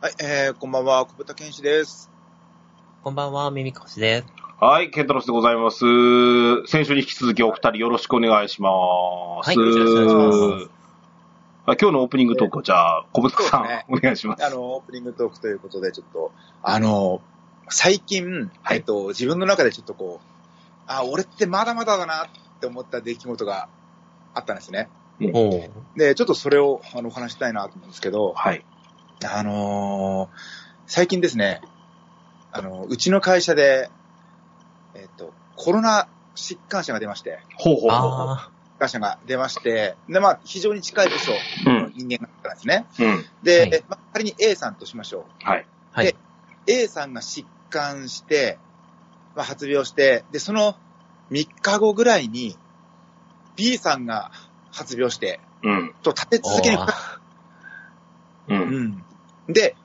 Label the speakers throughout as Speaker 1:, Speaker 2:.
Speaker 1: はい、えー、こんばんは、小豚健志です。
Speaker 2: こんばんは、ミミコシです。
Speaker 3: はい、ケンタロスでございます。先週に引き続きお二人よろしくお願いします。
Speaker 2: はいよろしくお願いします
Speaker 3: あ今日のオープニングトークは、じゃあ、小豚さ
Speaker 1: そ
Speaker 3: ん、
Speaker 1: うですね
Speaker 3: お願いします。
Speaker 1: あの、オープニングトークということで、ちょっと、あの、最近、
Speaker 3: はい
Speaker 1: えっと、自分の中でちょっとこう、あ、俺ってまだまだだなって思った出来事があったんですね。
Speaker 2: おう。
Speaker 1: で、ちょっとそれを、あの、お話したいなと思うんですけど、
Speaker 3: はい。
Speaker 1: あのー最近ですね、あの、うちの会社で、えっと、コロナ疾患者が出まして、
Speaker 3: ほうほうほうほう。
Speaker 2: あ
Speaker 1: 疾患者が出まして、で、まあ、非常に近い部署
Speaker 3: う
Speaker 1: の
Speaker 3: ん。
Speaker 1: 人間だったんですね。
Speaker 3: うん。
Speaker 1: で、
Speaker 2: はい
Speaker 1: えまあ仮に A さんとしましょう。
Speaker 3: はい。
Speaker 2: あ、はい
Speaker 1: で。A さんが疾患して、まあ、発病して、で、その3日後ぐらいに B さんが発病して、
Speaker 3: うん。
Speaker 1: と立て続けに
Speaker 2: おう、
Speaker 3: う。
Speaker 1: うんん。で、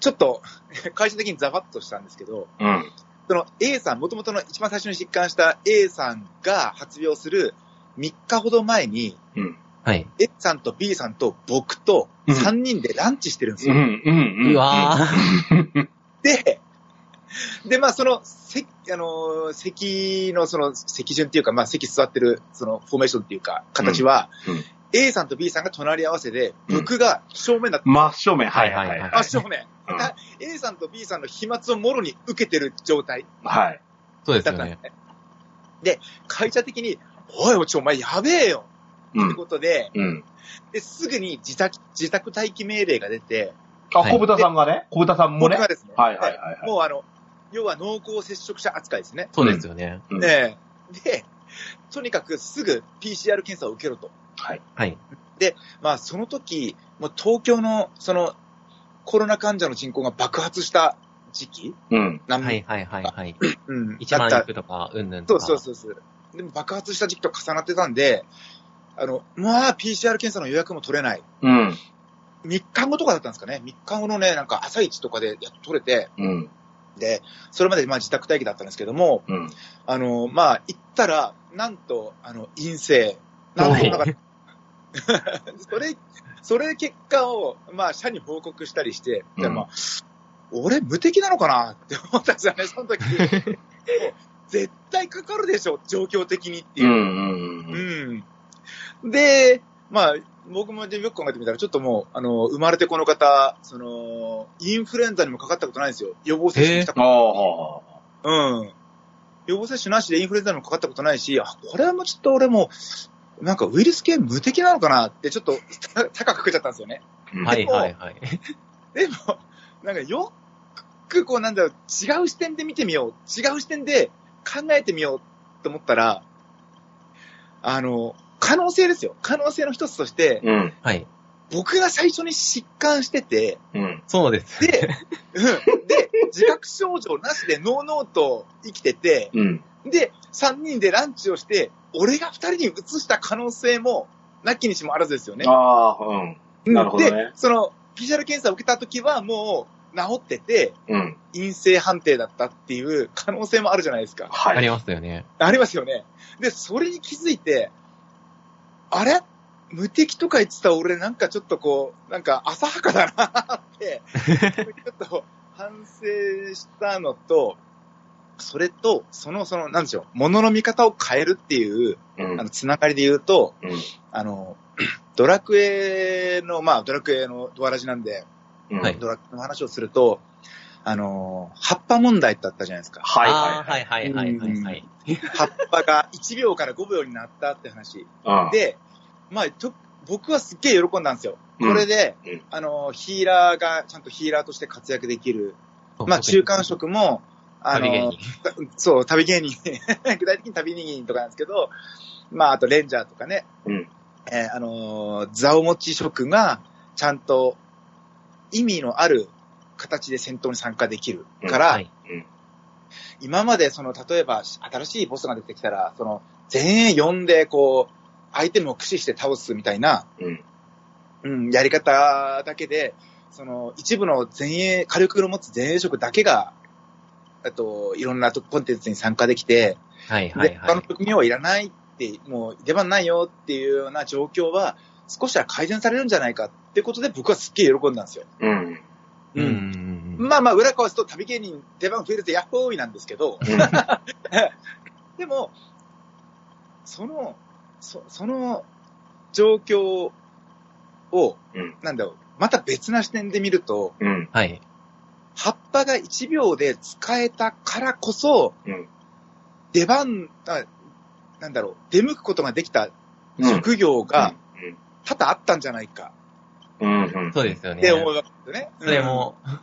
Speaker 1: ちょっと 会社的にザバッとしたんですけど、
Speaker 3: うん。
Speaker 1: その A さん、元々の一番最初に疾患した A さんが発病する3日ほど前に、
Speaker 3: うん。
Speaker 2: はい。
Speaker 1: A さんと B さんと僕と
Speaker 3: うん
Speaker 1: 3人でランチしてるんです
Speaker 3: う
Speaker 1: よ。
Speaker 3: ん。うん。うん
Speaker 2: うわー
Speaker 1: で、で、まあ、その、席、あのー、席の、その、席順っていうか、まあ、席座ってる、その、フォーメーションっていうか、形は、
Speaker 3: うんうん
Speaker 1: A さんと B さんが隣り合わせで、
Speaker 3: うん
Speaker 1: 僕が正面だった。
Speaker 3: 真正面、はいはい
Speaker 2: は
Speaker 3: はいい。
Speaker 2: はい
Speaker 1: 真正面。
Speaker 3: うん
Speaker 1: あ A さんと B さんの飛沫をもろに受けてる状態
Speaker 3: はい。
Speaker 2: そうです
Speaker 1: だっ
Speaker 2: よ
Speaker 1: たんで
Speaker 2: ね
Speaker 1: す。ね。で、会社的に、おいおち、お前やべえよ
Speaker 3: う
Speaker 1: って
Speaker 3: ん。
Speaker 1: ことで、
Speaker 3: うん。
Speaker 1: ですぐに自宅、自宅待機命令が出て、
Speaker 3: あ、
Speaker 2: はい
Speaker 3: 小豚さんがね、小豚さんもね
Speaker 1: 僕。がですね、
Speaker 3: はいはいはいはい
Speaker 1: もうあの、要は濃厚接触者扱いですね。
Speaker 2: そうですよね。
Speaker 3: うん
Speaker 1: ねえ。で、とにかくすぐ PCR 検査を受けろと。
Speaker 2: はい。
Speaker 1: まあ、その時、もう東京の、その、コロナ患者の人口が爆発した時期
Speaker 3: うん。
Speaker 1: なん
Speaker 2: はいはいはいはい。
Speaker 1: うん。
Speaker 2: 一万
Speaker 1: だ
Speaker 2: い
Speaker 1: った
Speaker 2: くとか、うんぬ
Speaker 1: そ
Speaker 2: んと
Speaker 1: う
Speaker 2: か。
Speaker 1: そうそうそう。でも爆発した時期と重なってたんで、あの、まあ、PCR 検査の予約も取れない。
Speaker 3: うん。
Speaker 1: 3日後とかだったんですかね。3日後のね、なんか朝一とかでやっと取れて、
Speaker 3: うん。
Speaker 1: で、それまでまあ自宅待機だったんですけども、
Speaker 3: うん。
Speaker 1: あの、まあ、行ったら、なんと、あの、陰性。なんと、だから、 それ、それ結果を、まあ、社に報告したりして、で
Speaker 3: うん
Speaker 1: まあ、俺無敵なのかなって思ったんですよね、その 時。もう絶対かかるでしょ、状況的にって
Speaker 3: う
Speaker 1: いう。
Speaker 3: ん。うん。
Speaker 1: うんで、まあ、僕もよく考えてみたら、ちょっともう、あの、生まれてこの方、その、インフルエンザにもかかったことないんですよ。予防接種したこと
Speaker 3: ああ。
Speaker 1: うん。予防接種なしでインフルエンザにもかかったことないし、あ、これはもうちょっと俺も、なんかウイルス系無敵なのかなってちょっと高くかけちゃったん ですよね。
Speaker 3: うん
Speaker 2: はいはいはい。
Speaker 1: でも、なんかよくこうなんだろう、違う視点で見てみよう。違う視点で考えてみようと思ったら、あの、可能性ですよ。可能性の一つとして、
Speaker 3: うん。
Speaker 2: はい。
Speaker 1: 僕が最初に疾患してて、
Speaker 3: うん。
Speaker 2: そうです。
Speaker 1: で、うんで、自覚症状なしでノーノーと生きてて、
Speaker 3: うん。
Speaker 1: で、3人でランチをして、俺が2人に移した可能性も、なきにしもあらずですよね。
Speaker 3: ああ、うん。なるほどね
Speaker 1: で、その、PCR 検査を受けた時はもう、治ってて、
Speaker 3: うん。
Speaker 1: 陰性判定だったっていう可能性もあるじゃないですか。
Speaker 3: は
Speaker 2: あ
Speaker 3: い。
Speaker 2: りますよね。
Speaker 1: ありますよね。で、それに気づいて、あれ無敵とか言ってた俺なんかちょっとこう、なんか浅はかだなって、ち ょっと反省したのと、それと、その、その、なんでしょう、物の見方を変えるっていう、
Speaker 3: うん
Speaker 1: あの、つながりで言うと、
Speaker 3: うん
Speaker 1: あの、 ドラクエの、まあ、ドラクエのドアラジなんで、
Speaker 3: うん
Speaker 2: はい
Speaker 1: ドラクエの話をすると、あの、葉っぱ問題ってあったじゃないです か。
Speaker 3: はい
Speaker 2: あ
Speaker 3: は
Speaker 2: ーはいはいはいはいはい。
Speaker 1: 葉っぱが1秒から5秒になったって話。
Speaker 3: いはい。うん、
Speaker 1: で、まあ、と僕はすっげえ喜んだんですよ。こ
Speaker 3: うん
Speaker 1: れで、
Speaker 3: うん
Speaker 1: あの、ヒーラーが、ちゃんとヒーラーとして活躍できる。
Speaker 2: そう
Speaker 1: まあ、中間。職も、あ
Speaker 2: 旅芸
Speaker 1: の
Speaker 2: 人、。
Speaker 1: たそう、旅芸人。 具体的に旅芸人とかなんですけど、まあ、あとレンジャーとかね、
Speaker 3: うん
Speaker 1: えーあのー、座を持ち職が、ちゃんと意味のある形で戦闘に参加できるから、
Speaker 2: はい。
Speaker 1: 今までその、例えば、新しいボスが出てきたら、その、全員呼んで、こう、アイテムを駆使して倒すみたいな、
Speaker 3: うん
Speaker 1: うん、やり方だけで、その、一部の前衛、火力の持つ前衛職だけが、えっと、いろんなとコンテンツに参加できて、
Speaker 2: はい
Speaker 1: で、
Speaker 2: はい
Speaker 1: 他
Speaker 2: は
Speaker 1: の
Speaker 2: い。
Speaker 1: 職業はいらないって、もう出番ないよっていうような状況は、少しは改善されるんじゃないかってことで僕はすっげえ喜んだんですよ。
Speaker 3: うん。
Speaker 2: う
Speaker 1: う
Speaker 2: ん
Speaker 1: ん
Speaker 2: うん
Speaker 1: まあまあ、裏かわすと旅芸人出番増えるぜ、ヤッホーイなんですけど、
Speaker 3: うん
Speaker 1: でも、その、そその状況を、
Speaker 3: うん
Speaker 1: なんだろう、また別な視点で見ると、
Speaker 3: うん。
Speaker 2: はい。
Speaker 1: 葉っぱが1秒で使えたからこそ、
Speaker 3: うん
Speaker 1: 出番、あなんだろう、出向くことができた
Speaker 3: うん。
Speaker 1: 職業が
Speaker 3: うん
Speaker 1: 多々あったんじゃないか
Speaker 3: うん。うん。
Speaker 2: そうですよ
Speaker 1: っ
Speaker 2: ね。
Speaker 1: て思いますよね。
Speaker 2: それも、
Speaker 1: うん。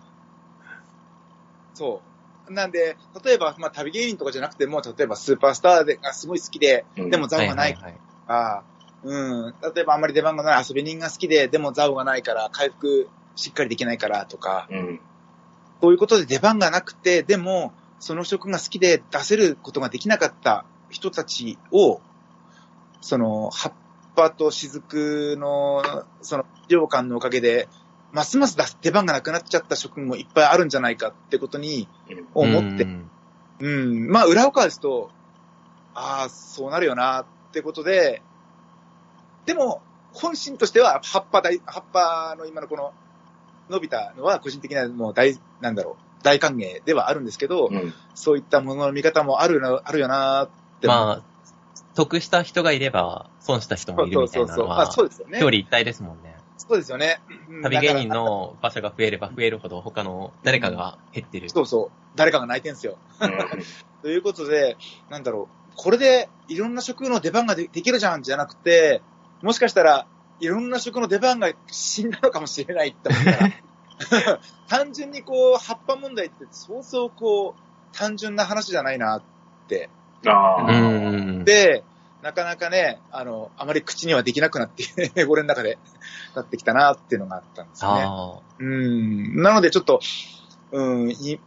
Speaker 1: そう。なんで、例えば、まあ、旅芸人とかじゃなくても、例えばスーパースターでがすごい好きで、
Speaker 3: うん
Speaker 1: でもザオがない
Speaker 2: はいはい
Speaker 1: ああ、うん。例えばあんまり出番がない遊び人が好きで、でもザオがないから、回復しっかりできないからとか、
Speaker 3: うん。
Speaker 1: そういうことで出番がなくて、でも、その職が好きで出せることができなかった人たちを、その、葉っぱと雫の、その、量感のおかげで、ますます出す出番がなくなっちゃった職もいっぱいあるんじゃないかってことに、
Speaker 2: はい
Speaker 1: 思って
Speaker 2: うんうん
Speaker 1: うん、まあ、裏を返すと、ああ、そうなるよな、ってことで、でも、本心としては、葉っぱ大、葉っぱの今のこの、伸びたのは個人的なもう大、なんだろう、大歓迎ではあるんですけど、
Speaker 3: うん。
Speaker 1: そういったものの見方もあるな、あるよな、って。
Speaker 2: まあ、得した人がいれば、損した人
Speaker 1: そ
Speaker 2: も
Speaker 1: う
Speaker 2: いる
Speaker 1: そう
Speaker 2: みた
Speaker 1: そそう。
Speaker 2: いうなのは、
Speaker 1: あ、そうですよね
Speaker 2: 表。裏一体ですもんね。
Speaker 1: そうですよね。うん
Speaker 2: 旅芸人。
Speaker 1: だか
Speaker 2: の場所が増えれば増えるほど、他の誰かが減ってる
Speaker 1: ら。そうそう。誰かが泣いてんすよ。ということで、なんだろう、これでいろんな食の出番がでできるじゃんじゃなくて、もしかしたらいろんな食の出番が死んだのかもしれないって思ったら、単純にこう、葉っぱ問題ってそうそうこう、単純な話じゃないなって。
Speaker 3: あ
Speaker 2: う
Speaker 3: あ。
Speaker 2: ん。
Speaker 1: で、なかなかね、あの、あまり口にはできなくなって、 俺の中で、なってきたなっていうのがあったんですよね。
Speaker 2: ああ、
Speaker 1: うん。なので、ちょっと、うん、い、なんて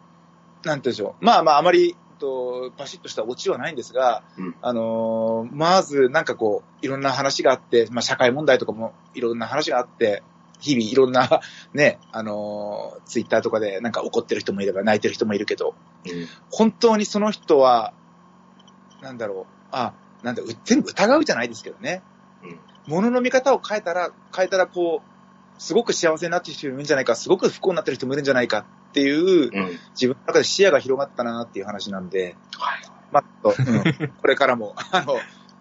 Speaker 1: 言うんでしょう。まあまあ、あまり、と、バシッとしたオチはないんですが、
Speaker 3: うん
Speaker 1: あのーまず、なんかこう、いろんな話があって、まあ、社会問題とかもいろんな話があって、日々いろんな、 ね、あのツイッター Twitter とかでなんか怒ってる人もいれば泣いてる人もいるけど、本当にその人は、なんだろう、あ、なんだ、う全部疑うじゃないですけどね。
Speaker 3: うん
Speaker 1: 物の見方を変えたら、変えたらこう、すごく幸せになってる人もいるんじゃないか、すごく不幸になってる人もいるんじゃないかっていう、
Speaker 3: うん。うん。
Speaker 1: 自分の中で視野が広がったなっていう話なんで、
Speaker 3: はい。
Speaker 1: まあ、ちょっとうん これからも、あの、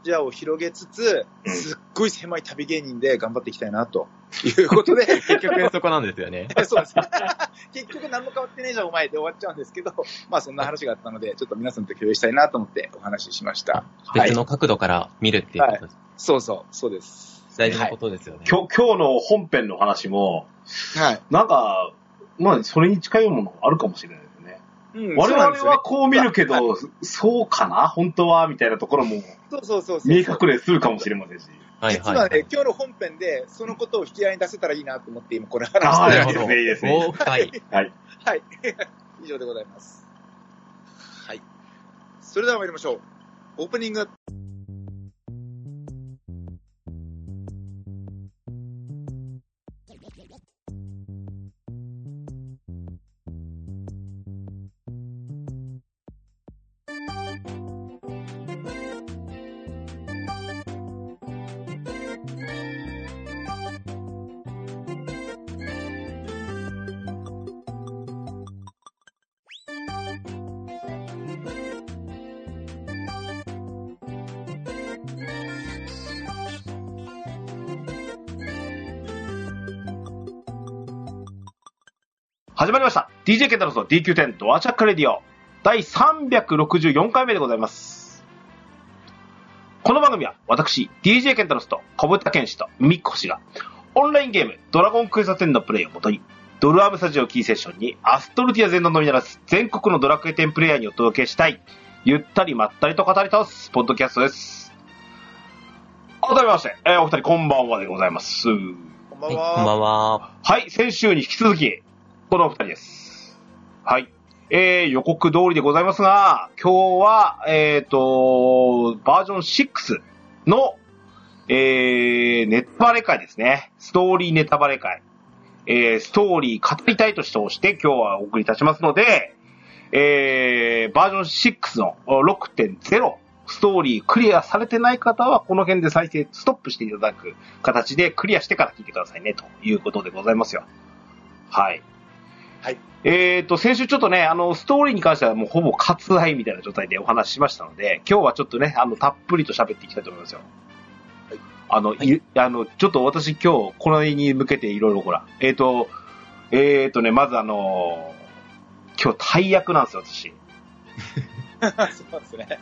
Speaker 1: 視野を広げつつ、
Speaker 3: うん
Speaker 1: すっごい狭い旅芸人で頑張っていきたいな、ということ で、
Speaker 2: 結局そこなんですよね。
Speaker 1: そうです。 結局何も変わってねえじゃん、お前で終わっちゃうんですけど、まあそんな話があったので、ちょっと皆さんと共有したいなと思ってお話ししました。はい
Speaker 2: 別の角度から見るっていうこと、
Speaker 1: そうそう、そうです。
Speaker 2: 大事なことですよね。
Speaker 3: 今日、今日の本編の話も、
Speaker 1: はい。
Speaker 3: なんか、まあ、それに近いものあるかもしれないですね。
Speaker 1: うん
Speaker 3: 我
Speaker 1: そうなん
Speaker 3: 々
Speaker 1: ですよね
Speaker 3: はこう見るけど、そうかな本当はみたいなところも
Speaker 1: そうそうそうそう。
Speaker 3: 見え隠れするかもしれませんし。
Speaker 2: はい
Speaker 1: 実
Speaker 2: はい、
Speaker 1: は
Speaker 2: は
Speaker 1: ね
Speaker 2: い。、
Speaker 1: 今日の本編で、そのことを引き合いに出せたらいいなと思って、今これ話
Speaker 3: あ
Speaker 1: し
Speaker 3: あ、
Speaker 1: て
Speaker 2: な
Speaker 1: る
Speaker 2: る
Speaker 3: い
Speaker 2: ほ
Speaker 3: い
Speaker 2: ど
Speaker 3: ですね、いいですね。
Speaker 2: お深い。
Speaker 3: はい。
Speaker 1: はい。 以上でございます。はい。それでは参りましょう。オープニング。
Speaker 3: 始まりました。DJ ケンタロスの DQ10 ドアチャックレディオ第364回目でございます。この番組は私、DJ ケンタロスと小豚健士とミッコ氏がオンラインゲームドラゴンクエスト10のプレイをもとにドルアームスタジオキーセッションにアストルティア全土のみならず全国のドラクエ10プレイヤーにお届けしたいゆったりまったりと語り倒すポッドキャストです。改めまして、えーお二人こんばんはでございます。
Speaker 1: こんばん
Speaker 2: はい、
Speaker 1: は。
Speaker 2: こんばんは。
Speaker 3: はい、先週に引き続き、このお二人です。はい。えー、予告通りでございますが、今日は、えっ、と、バージョン6の、えー、ネタバレ会ですね。ストーリーネタバレ会。えー、ストーリー語りたいとしておして、今日はお送りいたしますので、えー、バージョン6のお6.0、ストーリークリアされてない方は、この辺で再生、ストップしていただく形でクリアしてから聞いてくださいね、ということでございますよ。はい。
Speaker 1: はい。
Speaker 3: えっ、と、先週ちょっとね、あの、ストーリーに関してはもうほぼ割愛みたいな状態でお話ししましたので、今日はちょっとね、あの、たっぷりと喋っていきたいと思いますよ。
Speaker 1: はい
Speaker 3: あの、、
Speaker 2: はいい
Speaker 3: あの、ちょっと私今日、この絵に向けていろいろほら、えっ、と、えっ、とね、まずあの今日大役なんですよ、私。
Speaker 1: そうですね。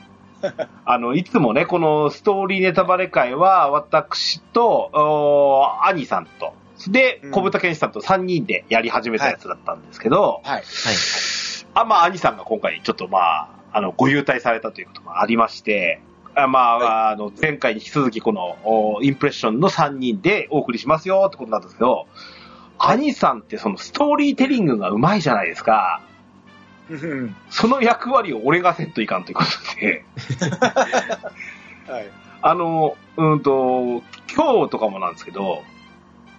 Speaker 3: あの、いつもね、このストーリーネタバレ会は、私と、お兄さんと、で
Speaker 1: うん、
Speaker 3: 小豚健志さんと3人でやり始めたやつだったんですけど、
Speaker 1: はい。
Speaker 2: はい。
Speaker 3: あ、まあ、兄さんが今回ちょっとまあ、あの、ご優待されたということもありまして、あまあ、あの、前回に引き続きこの、おインプレッションの3人でお送りしますよってことなんですけど、兄さんってそのストーリーテリングがうまいじゃないですか。
Speaker 1: うん。
Speaker 3: その役割を俺がせんといかんということで、
Speaker 1: はい。
Speaker 3: あの、うんと、今日とかもなんですけど、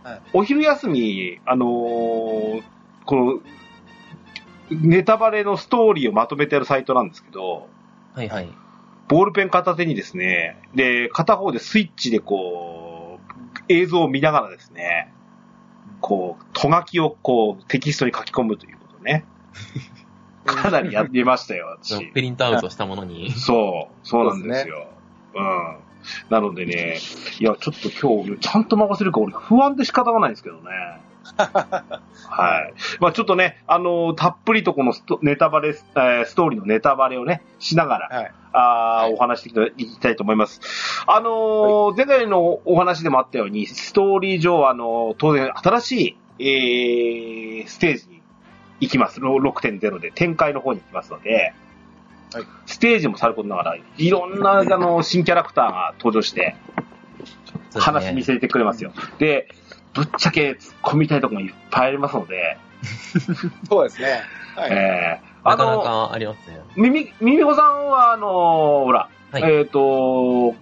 Speaker 1: はい
Speaker 3: お昼休み、あのーこの、ネタバレのストーリーをまとめてるサイトなんですけど、
Speaker 2: はいはい。
Speaker 3: ボールペン片手にですね、で、片方でスイッチでこう、映像を見ながらですね、こう、とがきをこう、テキストに書き込むということね。かなりやりましたよ、
Speaker 2: その
Speaker 3: 私。
Speaker 2: プリントアウトしたものに。
Speaker 3: そう、そうなんですよ。うん。なのでね、いや、ちょっと今日、ちゃんと任せるか、俺、不安で仕方がないんですけどね。はい。まあちょっとね、あのーたっぷりとこのストネタバレ、えーストーリーのネタバレをね、しながら、
Speaker 1: はい。
Speaker 3: あー
Speaker 1: はい
Speaker 3: お話ししていきたいと思います。あのー前回のお話でもあったように、ストーリー上は、あのー当然新しい、えーステージに行きます。ろ6.0で展開の方に行きますので、
Speaker 1: はい
Speaker 3: ステージもさることながら、いろんな、あのー新キャラクターが登場して、話見
Speaker 2: せ。
Speaker 3: せてくれますよ。で、ぶっちゃけ突っ込みたいところもいっぱいありますので、
Speaker 1: そうですね。はい。
Speaker 3: えーあ
Speaker 2: なかな
Speaker 3: のー、
Speaker 2: かありますね。
Speaker 3: みみ、みみほさんは、あのーほら、
Speaker 2: はい
Speaker 3: えっ、と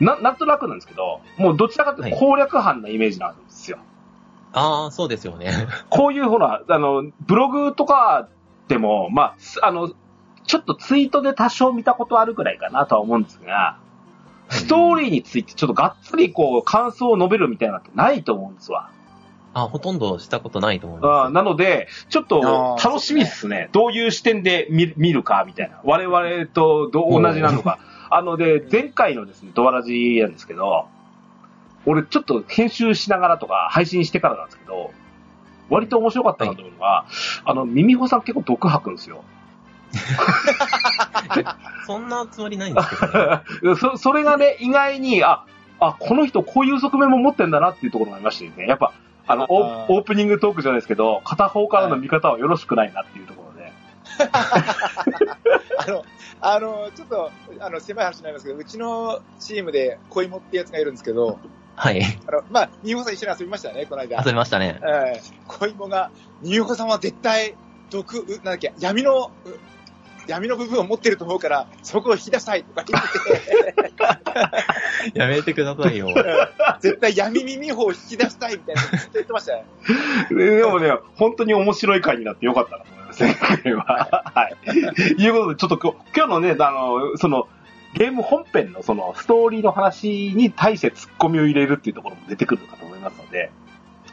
Speaker 3: な、なんとなくなんですけど、もうどちらかというと
Speaker 2: はい
Speaker 3: 攻略班なイメージなんですよ。
Speaker 2: ああ、そうですよね。
Speaker 3: こういうほら、あの、ブログとかでも、まあす、あの、ちょっとツイートで多少見たことあるくらいかなとは思うんですが、ストーリーについてちょっとがっつりこう感想を述べるみたいなのってないと思うんですわ。
Speaker 2: あほとんどしたことないと思い
Speaker 3: あー
Speaker 2: ま
Speaker 3: なので、ちょっと
Speaker 1: あー
Speaker 3: 楽しみですね。どういう視点で見見るか、みたいな。我々とどう同じなの か。あので、前回のですね、ドアラジなんですけど、俺ちょっと編集しながらとか配信してからなんですけど、割と面白かったなと思うのが、あの、ミミホさん結構毒吐くんですよ。
Speaker 2: す。そんなつもりないんですけどね。
Speaker 3: そそれがね、意外に、あ、あ、この人こういう側面も持ってんだなっていうところがありましてね、やっぱ、あの、オー
Speaker 1: あ
Speaker 3: プ
Speaker 1: ー
Speaker 3: オープニングトークじゃないですけど、片方からの見方はよろしくないなっていうところで、
Speaker 1: あの、あの、ちょっと、あの、狭い話になりますけど、うちのチームで恋もってやつがいるんですけど、
Speaker 2: はい。
Speaker 1: あの、まあ、美穂さん一緒に遊びましたね、この間
Speaker 2: 遊。びましたね。
Speaker 1: ええ恋もが、美穂さんは絶対、毒、うなんだっけ、闇の、う闇の部分を持ってると思うから、そこを引き出したいとか言って、
Speaker 2: やめてくださいよ。
Speaker 1: 絶対闇耳法を引き出したいみたいなことずっと言ってましたね。
Speaker 3: ででもね、本当に面白い回になってよかったなと思いますね、今回は。はい。いうことで、ちょっと今日今日のね、あの、その、ゲーム本編のそのストーリーの話に対してツッコミを入れるっていうところも出てくるのかと思いますので、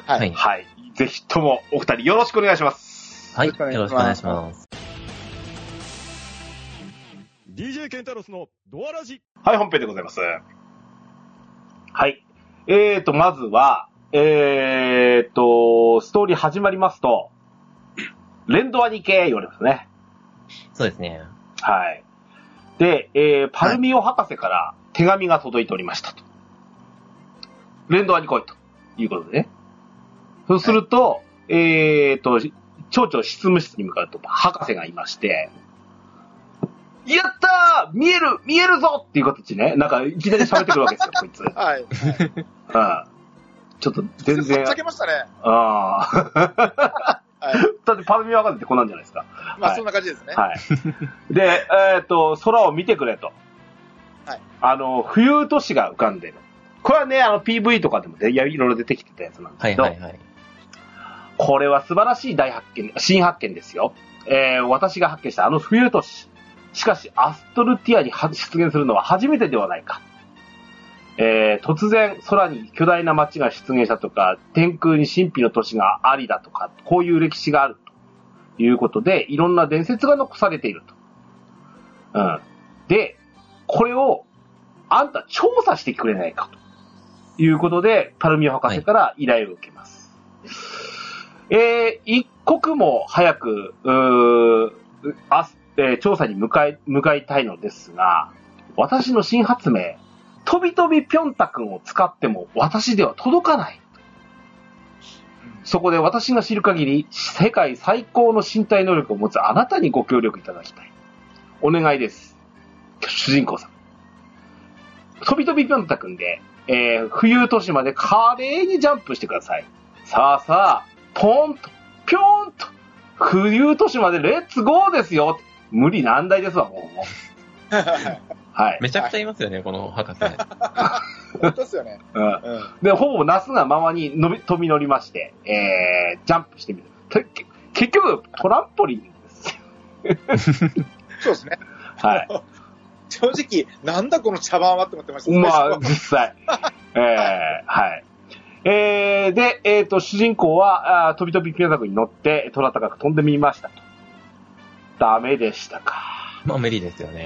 Speaker 1: はい。
Speaker 2: はい。
Speaker 3: はい。ぜひともお二人よろしくお願いします。
Speaker 2: はい。
Speaker 1: よ
Speaker 2: よ
Speaker 1: ろしくお願いします
Speaker 2: ろしくお願いします。
Speaker 4: DJ ケンタロスのドアラジ
Speaker 3: はい、本編でございます。はい。えーと、まずは、えーと、ストーリー始まりますと、連ドアに行け言われますね。
Speaker 2: そうですね。
Speaker 3: はい。で、えー、パルミオ博士から手紙が届いておりましたと。連動に来いということでね。そうすると、えーと、町長執務室に向かうと博士がいまして、やったー見える見えるぞっていう形でね、なんかいきなり喋ってくるわけですよ、こいつ。うん。
Speaker 1: はい。
Speaker 3: ちょっと全
Speaker 1: ぶ
Speaker 3: 然
Speaker 1: っちゃ、けましたね。
Speaker 3: ああ。
Speaker 1: はい。
Speaker 3: だってパルミオ博士ってこんなんじゃないですか。
Speaker 1: ま
Speaker 3: は
Speaker 1: あ、
Speaker 3: い
Speaker 1: そんな感じですね。
Speaker 3: はい。で、えっ、と、空を見てくれと。
Speaker 1: はい
Speaker 3: あの、浮遊都市が浮かんでる。これはね、あの、PV とかでもでいやいろいろ出てきてたやつなんです
Speaker 2: は
Speaker 3: け
Speaker 2: い
Speaker 3: ど、
Speaker 2: はいはい。
Speaker 3: これは素晴らしい大発見、新発見ですよ。えー私が発見したあの浮遊都市。しかし、アストルティアには出現するのは初めてではないか。えー突然、空に巨大な街が出現したとか、天空に神秘の都市がありだとか、こういう歴史があると。いうことで、いろんな伝説が残されていると。うん。で、これを、あんた調査してくれないかということで、パルミオ博士から依頼を受けます。えー一刻も早く、うーあすえー調査に向かい、向かいたいのですが、私の新発明、とびとびぴょんたくんを使っても私では届かない。そこで私が知る限り、世界最高の身体能力を持つあなたにご協力いただきたい。お願いです。主人公さん。とびとびぴょんたくんで、えー、冬都市まで華麗にジャンプしてください。さあさあ、ポンと、ぴょんと、冬都市までレッツゴーですよ。無理難題ですわ、もうもう。はい。
Speaker 2: めちゃくちゃいますよね、この博士。
Speaker 1: 本当ですよね。
Speaker 3: うん
Speaker 1: うん。
Speaker 3: で、ほぼなすがままにのび飛び乗りまして、えー、ジャンプしてみる。てけ結局、トランポリンですよ。
Speaker 1: そうですね。
Speaker 3: はい。
Speaker 1: 正直、なんだこの茶番はって思ってました。
Speaker 3: まあ、実際。えー、はい。えー、で、えっ、と、主人公は、あー飛び飛びピアザクに乗って、空高く飛んでみましたと。ダメでしたか。
Speaker 2: まあ無理ですよね。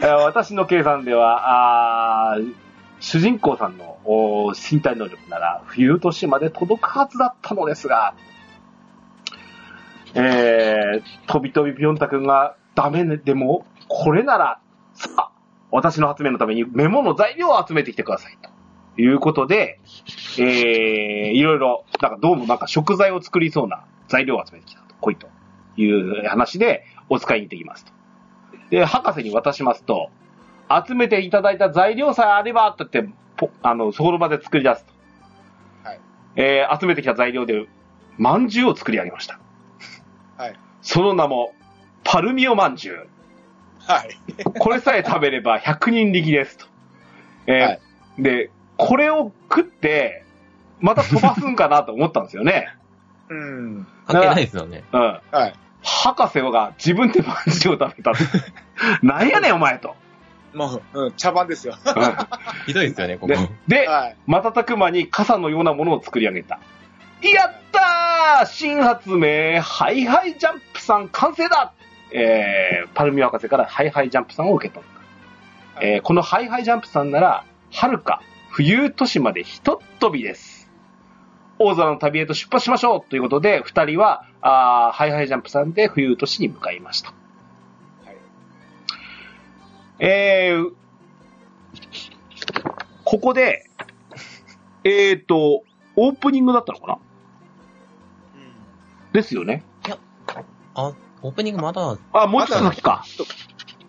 Speaker 3: えー私の計算では、あー主人公さんのおー身体能力なら、冬都市まで届くはずだったのですが、えー、飛び飛びピョンタ君がダメでも、これなら、さあ、私の発明のためにメモの材料を集めてきてください。ということで、えー、いろいろ、なんかどうもなんか食材を作りそうな材料を集めてきたと、来いという話でお使いにできますと。で、博士に渡しますと、集めていただいた材料さえあれば、とって、ぽあの、そこの場で作り出すと。
Speaker 1: はい。
Speaker 3: えー集めてきた材料で、饅頭を作り上げました。
Speaker 1: はい。
Speaker 3: その名も、パルミオ饅頭。
Speaker 1: はい。
Speaker 3: これさえ食べれ ば100人力ですと。えー
Speaker 1: はい
Speaker 3: で、これを食って、また飛ばすんかなと思ったんです よね。
Speaker 1: うん。
Speaker 2: 関係ないですよね。
Speaker 3: うん。
Speaker 1: はい。
Speaker 3: 博士が自分でマンジを食べたと。 なんやねんお前と。
Speaker 1: もう、うん、茶番ですよ。
Speaker 3: う
Speaker 2: ひどいですよね、こ
Speaker 3: ん
Speaker 2: こ
Speaker 3: で。で、
Speaker 1: はい。
Speaker 3: 瞬く間に傘のようなものを作り上げた。やったー新発明、ハイハイジャンプさん完成だえー、パルミオ博士からハイハイジャンプさんを受け取った。えー、このハイハイジャンプさんなら、遥か冬都市までひとっ飛びです。大空の旅へと出発しましょうということで、二人は、あーハイハイジャンプさんで冬都市に向かいました。
Speaker 1: はい
Speaker 3: えー、ここで、えーと、オープニングだったのかなですよね。
Speaker 2: あ、オープニングまだ、
Speaker 3: あ、もうちょっと先か。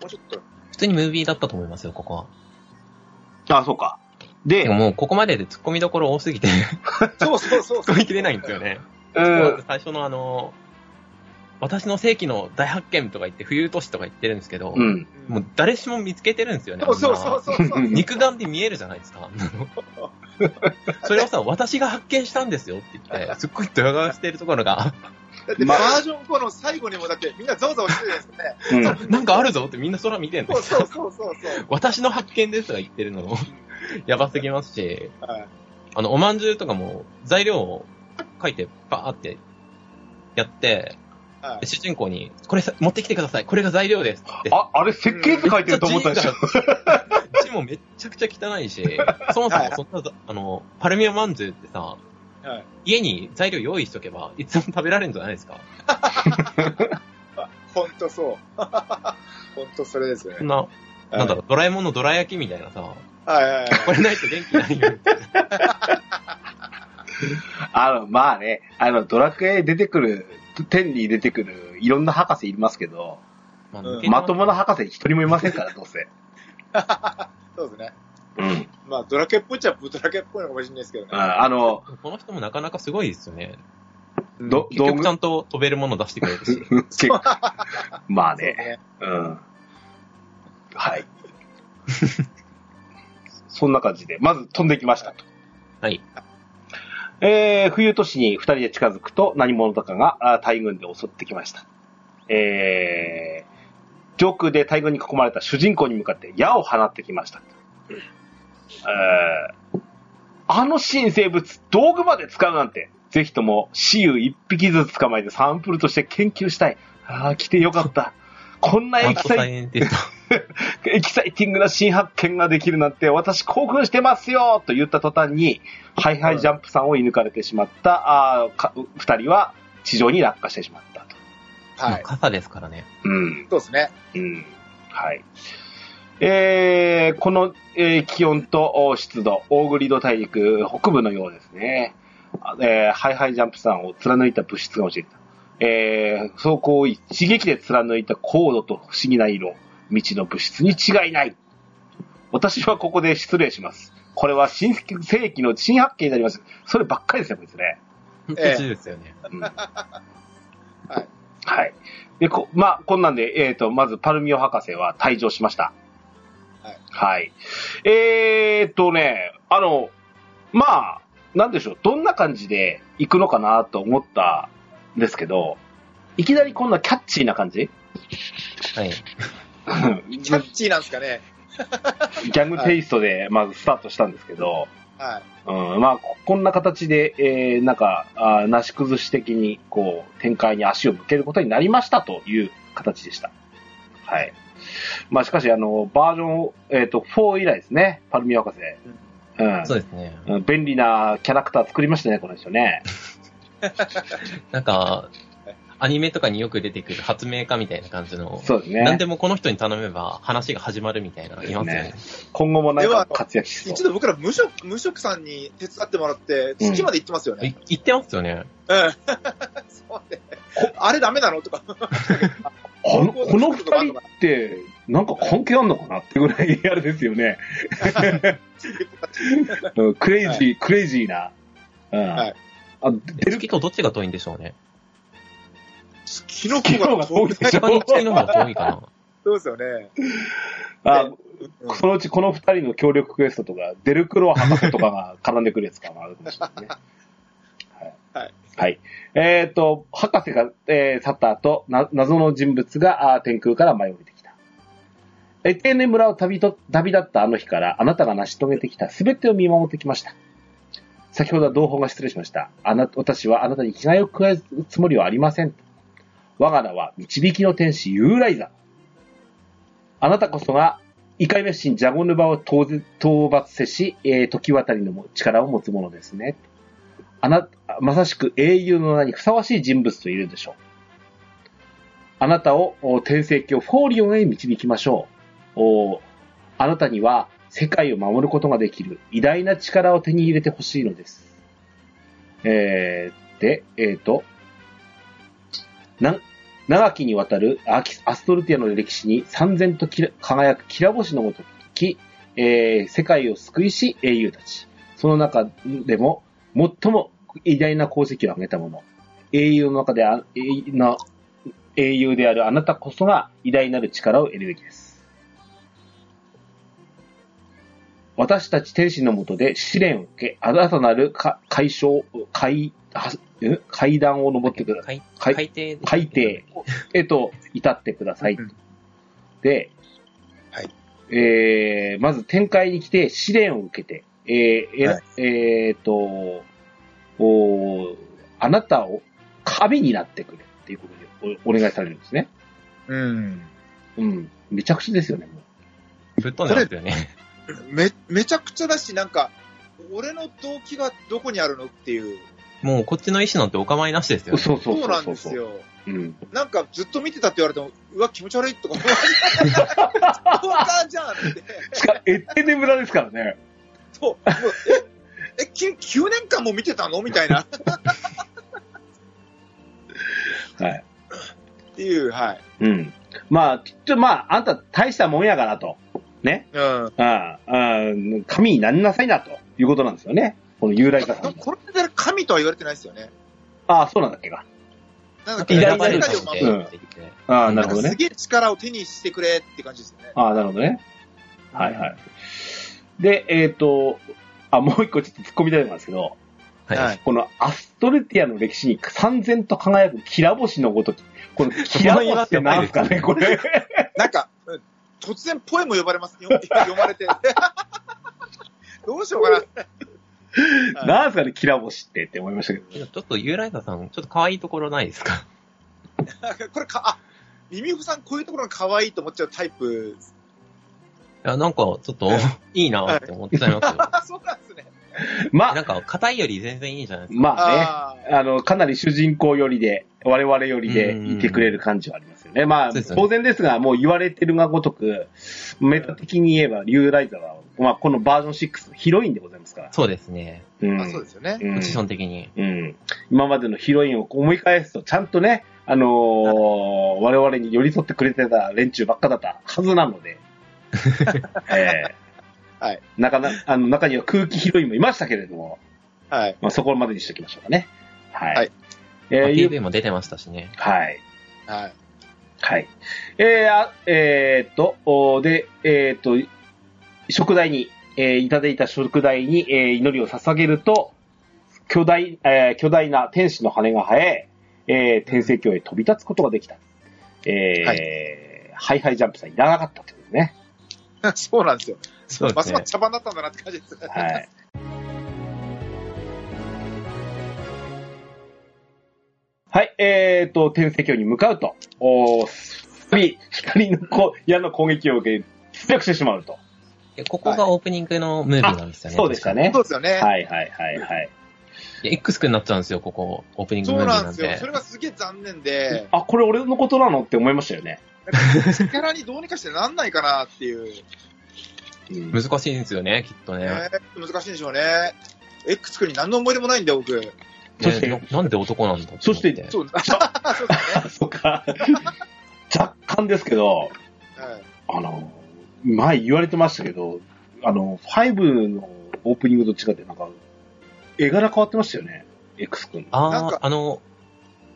Speaker 1: もうちょっと。
Speaker 2: 普通にムービーだったと思いますよ、ここは。
Speaker 3: あ、そうか。
Speaker 2: でも
Speaker 3: で、
Speaker 2: もうここまでで突っ込みどころ多すぎて、
Speaker 1: そうそうそうそ
Speaker 2: 突
Speaker 1: う。
Speaker 2: っ込みきれないんですよね。
Speaker 3: う
Speaker 2: まず
Speaker 3: ん。
Speaker 2: 最初のあの、私の世紀の大発見とか言って、冬都市とか言ってるんですけど、
Speaker 3: うん。
Speaker 1: うん。
Speaker 2: もう誰しも見つけてるんですよね。
Speaker 1: そうそう
Speaker 2: あん
Speaker 1: そう
Speaker 2: な
Speaker 1: そうそう。
Speaker 3: うん
Speaker 2: 肉眼で見えるじゃないですか。それをさ、私が発見したんですよって言って、すっごいドヤ顔してるところが、
Speaker 1: だって、
Speaker 3: ま
Speaker 1: バ
Speaker 3: あ
Speaker 1: ージョン5の最後にも、だって、みんなざわざわしてるんですよね。
Speaker 3: うん。
Speaker 2: なんかあるぞってみんな空見てん
Speaker 1: そ
Speaker 2: の
Speaker 1: う。そうそうそうそう。
Speaker 2: 私の発見ですとか言ってるの も、やばすぎますし、
Speaker 1: はい
Speaker 2: あの、おまんじゅうとかも材料を書いて、バーってやって、
Speaker 1: は
Speaker 2: 主人公に、これさ持ってきてください、これが材料ですって。
Speaker 3: あ、あれ設計図書いてると思ったでしょ。
Speaker 2: 字もめっちゃくちゃ汚いし、そもそもそんな、あの、パルミアまんじゅうってさ、
Speaker 1: い。はい。
Speaker 2: 家に材料用意しとけば、いつでも食べられるんじゃないですか。
Speaker 1: ほんとそう。 ほんとそれですよ
Speaker 2: そん
Speaker 1: ね。
Speaker 2: な、
Speaker 1: はい
Speaker 2: なんだろう、ドラえもんのドラ焼きみたいなさ、
Speaker 1: はいはいはい。
Speaker 2: これないと元気ないよ。
Speaker 3: あの、まあね、あの、ドラクエ出てくる、天に出てくる、いろんな博士いますけど、
Speaker 2: まあ
Speaker 1: うん
Speaker 2: 抜け
Speaker 3: まと
Speaker 2: の
Speaker 3: もな博士一人もいませんから、どうせ。
Speaker 1: そうですね。
Speaker 3: うん。
Speaker 1: まあ、ドラケっぽいっちゃドラケっぽいのかもしれないですけどね。
Speaker 3: あの、
Speaker 2: この人もなかなかすごいですよね。
Speaker 3: ど、
Speaker 2: 結
Speaker 3: どう
Speaker 2: 局ちゃんと飛べるもの出してくれるし。
Speaker 3: 結 構まあ
Speaker 1: そうです
Speaker 3: ね。
Speaker 1: ね。
Speaker 3: うん。はい。そんな感じで、まず飛んできましたと。
Speaker 2: はい。
Speaker 3: えー、冬都市に二人で近づくと何者だかがあー大軍で襲ってきました。えー、上空で大軍に囲まれた主人公に向かって矢を放ってきました。えー、あの新生物、道具まで使うなんて、ぜひとも、死ゆ一匹ずつ捕まえてサンプルとして研究したい。ああ、来てよかった。こんな
Speaker 2: マ
Speaker 3: エ
Speaker 2: ッ
Speaker 3: キ
Speaker 2: ド
Speaker 3: サイ
Speaker 2: サイエンティスト。
Speaker 3: エキサイティングな新発見ができるなんて、私興奮してますよと言った途端に、ハイハイジャンプさんを射抜かれてしまった、あーか二人は地上に落下してしまったと。
Speaker 1: はい。
Speaker 2: 傘ですからね。
Speaker 3: うん。
Speaker 1: そうですね。
Speaker 3: うん。はい。えー、この、えー気温とお湿度、オーグリド大陸北部のようですね。あえーハイハイジャンプさんを貫いた物質が陥った。えー、走行を一撃で貫いた高度と不思議な色、未知の物質に違いない。私はここで失礼します。これは新世紀の新発見になります。そればっかりですね、こいつね。
Speaker 2: 本当
Speaker 1: ええ
Speaker 2: ですよね。
Speaker 3: うんはい。で、こ、まあ、こんなんで、えっ、と、まず、パルミオ博士は退場しました。
Speaker 1: はい。
Speaker 3: はい。えーっとね、あの、まあ、なんでしょう、どんな感じで行くのかなと思ったんですけど、いきなりこんなキャッチーな 感じ
Speaker 2: はい。
Speaker 3: ギ
Speaker 1: キャ
Speaker 3: ャ
Speaker 1: ッチーなんですかね。
Speaker 3: ングテイストで、まずスタートしたんですけど、
Speaker 1: はい。
Speaker 3: うん、まあ、ここんな形で、えー、なんか、あーなし崩し的に、こう、展開に足を向けることになりましたという形でした。はい。まあ、しかし、あの、バージョン、えっ、と、4以来ですね、パルミ博士。うん。
Speaker 2: そうですね。
Speaker 3: うん便利なキャラクター作りましたね、この人ね。
Speaker 2: なんか、アニメとかによく出てくる発明家みたいな感じの、
Speaker 3: そうです
Speaker 2: 何
Speaker 3: ね
Speaker 2: で。もこの人に頼めば話が始まるみたいなのいますよね。
Speaker 3: 今後もなん
Speaker 1: で
Speaker 3: か
Speaker 1: は
Speaker 3: 活躍し
Speaker 1: 一
Speaker 3: そう。
Speaker 1: 度僕ら無職、無職さんに手伝ってもらって、月まで行ってますよね。
Speaker 2: い言ってますよね。
Speaker 1: うん。 そうね。あれダメなのとか。
Speaker 3: この、この二人って、なんか関係あんのかなってぐらい、あれですよね。うんクレイジー、クレイジーな。うん。
Speaker 1: はい
Speaker 3: あ、
Speaker 2: え月とどっちが遠いんでしょうね。
Speaker 1: 月の
Speaker 3: 昨日
Speaker 1: 方が
Speaker 3: が遠い
Speaker 1: 遠
Speaker 3: で
Speaker 1: い。
Speaker 3: しょ
Speaker 2: 他に月の方が遠いかな。
Speaker 1: そうですよね。
Speaker 3: あ
Speaker 1: うん
Speaker 3: そのうちこの二人の協力クエストとか、デルクロ博士とかが絡んでくるやつかもあるかもしれないね。はい。
Speaker 1: はい。
Speaker 3: はい。えっ、と、博士が、えー、去った後、な謎の人物があー天空から舞い降りてきた。エテーネ村を旅と旅立ったあの日から、あなたが成し遂げてきた全てを見守ってきました。先ほどは同胞が失礼しました。あな私はあなたに危害を加えるつもりはありません。我が名は導きの天使ユーライザ。あなたこそがイカイメ神ジャゴヌバを討ぜ討伐せし、えー時渡りのも力を持つものですね。あな、まさしく英雄の名にふさわしい人物といえるでしょう。あなたをお天聖教フォーリオンへ導きましょう。おあなたには世界を守ることができる偉大な力を手に入れてほしいのです。えー、で、えーと、な、長きにわたるアキアストルティアの歴史に三千ときら輝くきら星のごとき、えー世界を救いし英雄たち。その中でも、最も偉大な功績を挙げた者。英雄の中であ、英雄な英雄であるあなたこそが偉大なる力を得るべきです。私たち天使のもとで試練を受け、新たなるか解消、解、はん階段を登ってください。
Speaker 2: 海
Speaker 3: 海
Speaker 2: 海底。
Speaker 3: 海底。へと至ってください。
Speaker 1: うん
Speaker 3: で、
Speaker 1: はい
Speaker 3: えー、まず展開に来て試練を受けて、えーえら
Speaker 1: は
Speaker 3: えーとおー、あなたを神になってくれっていうことでおお願いされるんですね。
Speaker 1: うん。
Speaker 3: うん。めちゃくちゃですよね、もう。
Speaker 2: ぶっ飛んでますよね。
Speaker 1: め、めちゃくちゃだし、なんか、俺の動機がどこにあるのっていう。
Speaker 2: もうこっちの意思なんてお構いなしですよ、ね。
Speaker 3: そうそうそうそう。
Speaker 1: そうなんです。よ。
Speaker 3: うん。
Speaker 1: なんかずっと見てたって言われても、うわ、気持ち悪いとか思われた。ストーカーじゃんって。
Speaker 3: しか、エッテネ村ですからね。
Speaker 1: そう。もうえ、えき9年間も見てたのみたいな。
Speaker 3: はい。
Speaker 1: っていう、はい。
Speaker 3: うん。まあ、きっとまあ、あんた大したもんやからと。ね。
Speaker 1: うん。
Speaker 3: ああ、ああ神になりなさいな、ということなんですよね。このユーライカさんが。
Speaker 1: これで神とは言われてないですよね。
Speaker 3: ああ、そうなんだっけか。
Speaker 1: なん
Speaker 2: な
Speaker 1: か
Speaker 2: んか
Speaker 3: 偉
Speaker 2: 選
Speaker 3: 大
Speaker 2: ば
Speaker 3: な
Speaker 2: れ
Speaker 3: る
Speaker 2: た
Speaker 1: 世界を
Speaker 2: みた
Speaker 1: 守る
Speaker 2: い
Speaker 3: う
Speaker 2: なんって言って
Speaker 3: ああ、なるほど
Speaker 1: す
Speaker 3: ね。
Speaker 1: げえ力を手にしてくれって感じですよね。
Speaker 3: ああ、なるほどね。はいはい。で、えっ、と、あ、もう一個ちょっと突っ込みたいのなんですけど、
Speaker 2: は
Speaker 1: はいい。
Speaker 3: このアストルティアの歴史に三千と輝くキラ星のごとき。このキラ星って何ですかね、これ。
Speaker 1: なんか、うん 突然ポエム呼ばれます、よ読まれて。どうしようかな。
Speaker 3: なんすかね、キラ星ってって思いましたけど。
Speaker 2: ちょっとユーライザさん、ちょっと可愛いところないですか
Speaker 1: これか、あ、ミミホさんこういうところが可愛いと思っちゃうタイプ。
Speaker 2: いや、なんか、ちょっと、いいなって思っちゃいますよ。
Speaker 1: あ、そうなんですね。
Speaker 3: まあ
Speaker 2: な、んか、硬いより全然いいじゃないです
Speaker 3: まあね。
Speaker 1: あ
Speaker 3: あの、かなり主人公寄りで、我々寄りでいてくれる感じはありますよね。まあ、
Speaker 2: そうですよね
Speaker 3: 当然ですが、もう言われてるがごとく、メタ的に言えば、リュウライザーは、まあ、このバージョン6のヒロインでございますから
Speaker 2: か。。そうですね。
Speaker 3: うん。
Speaker 1: ーあ、そうですよね。
Speaker 3: うん
Speaker 2: ポジション的に。
Speaker 3: うん。今までのヒロインを思い返すと、ちゃんとね、あのー我々に寄り添ってくれてた連中ばっかだったはずな ので、ええ
Speaker 1: はい。
Speaker 3: なかな、あの、中には空気ヒロインもいましたけれども、
Speaker 1: はい。
Speaker 3: まあ、そこまでにしておきましょうかね。はい。
Speaker 1: はい
Speaker 3: え
Speaker 2: まあ
Speaker 3: ー、ゆ
Speaker 2: PV も出てましたしね。
Speaker 3: はい。
Speaker 1: はい。
Speaker 3: はい。えー、あえーっと、おーで、えーっと、食材に、えーいただいた食材に、えー祈りを捧げると、巨大、えー巨大な天使の羽が生え、えー天聖教へ飛び立つことができた。えーハイハイジャンプさんいらなかったってことですね。
Speaker 1: そうなんですよ。
Speaker 2: そうで
Speaker 1: ますす
Speaker 2: ね
Speaker 1: ます。茶番だったんだなって感じです。
Speaker 3: はい。はい、えーと、天聖教に向かうと、おー、すっぴ光のこ矢の攻撃を受け、失脚してしまうと。
Speaker 2: いやここがオープニングのムービーなんですよね。
Speaker 3: そうでしたね
Speaker 1: そ。うですよね。
Speaker 3: はいはいはいはい。
Speaker 2: 確かに。いや、X 君になっちゃうんですよ、ここ。オープニング
Speaker 1: そ
Speaker 2: ムー
Speaker 1: う
Speaker 2: ビー
Speaker 1: なん
Speaker 2: なん
Speaker 1: ですよ。それ
Speaker 2: で。
Speaker 1: がすげえ残念で、
Speaker 3: あ、これ俺のことなのって思いましたよね。
Speaker 1: 力にどうにかしてなんないかなっていう。
Speaker 3: うん
Speaker 2: 難しいんですよね、きっとね。
Speaker 1: ね難しいんでしょうね。X 君に何の思い出もないんだよ、僕。
Speaker 3: そして
Speaker 2: ねななんで男なんだって
Speaker 3: そして
Speaker 2: 思って
Speaker 1: そう、そうですね。
Speaker 3: あ、そっか。若干ですけど、
Speaker 1: はい
Speaker 3: あの、前言われてましたけど、あの、5のオープニングと違って、なんか、絵柄変わってましたよね。X 君。
Speaker 1: なん
Speaker 2: あ
Speaker 1: か
Speaker 2: あ、あの、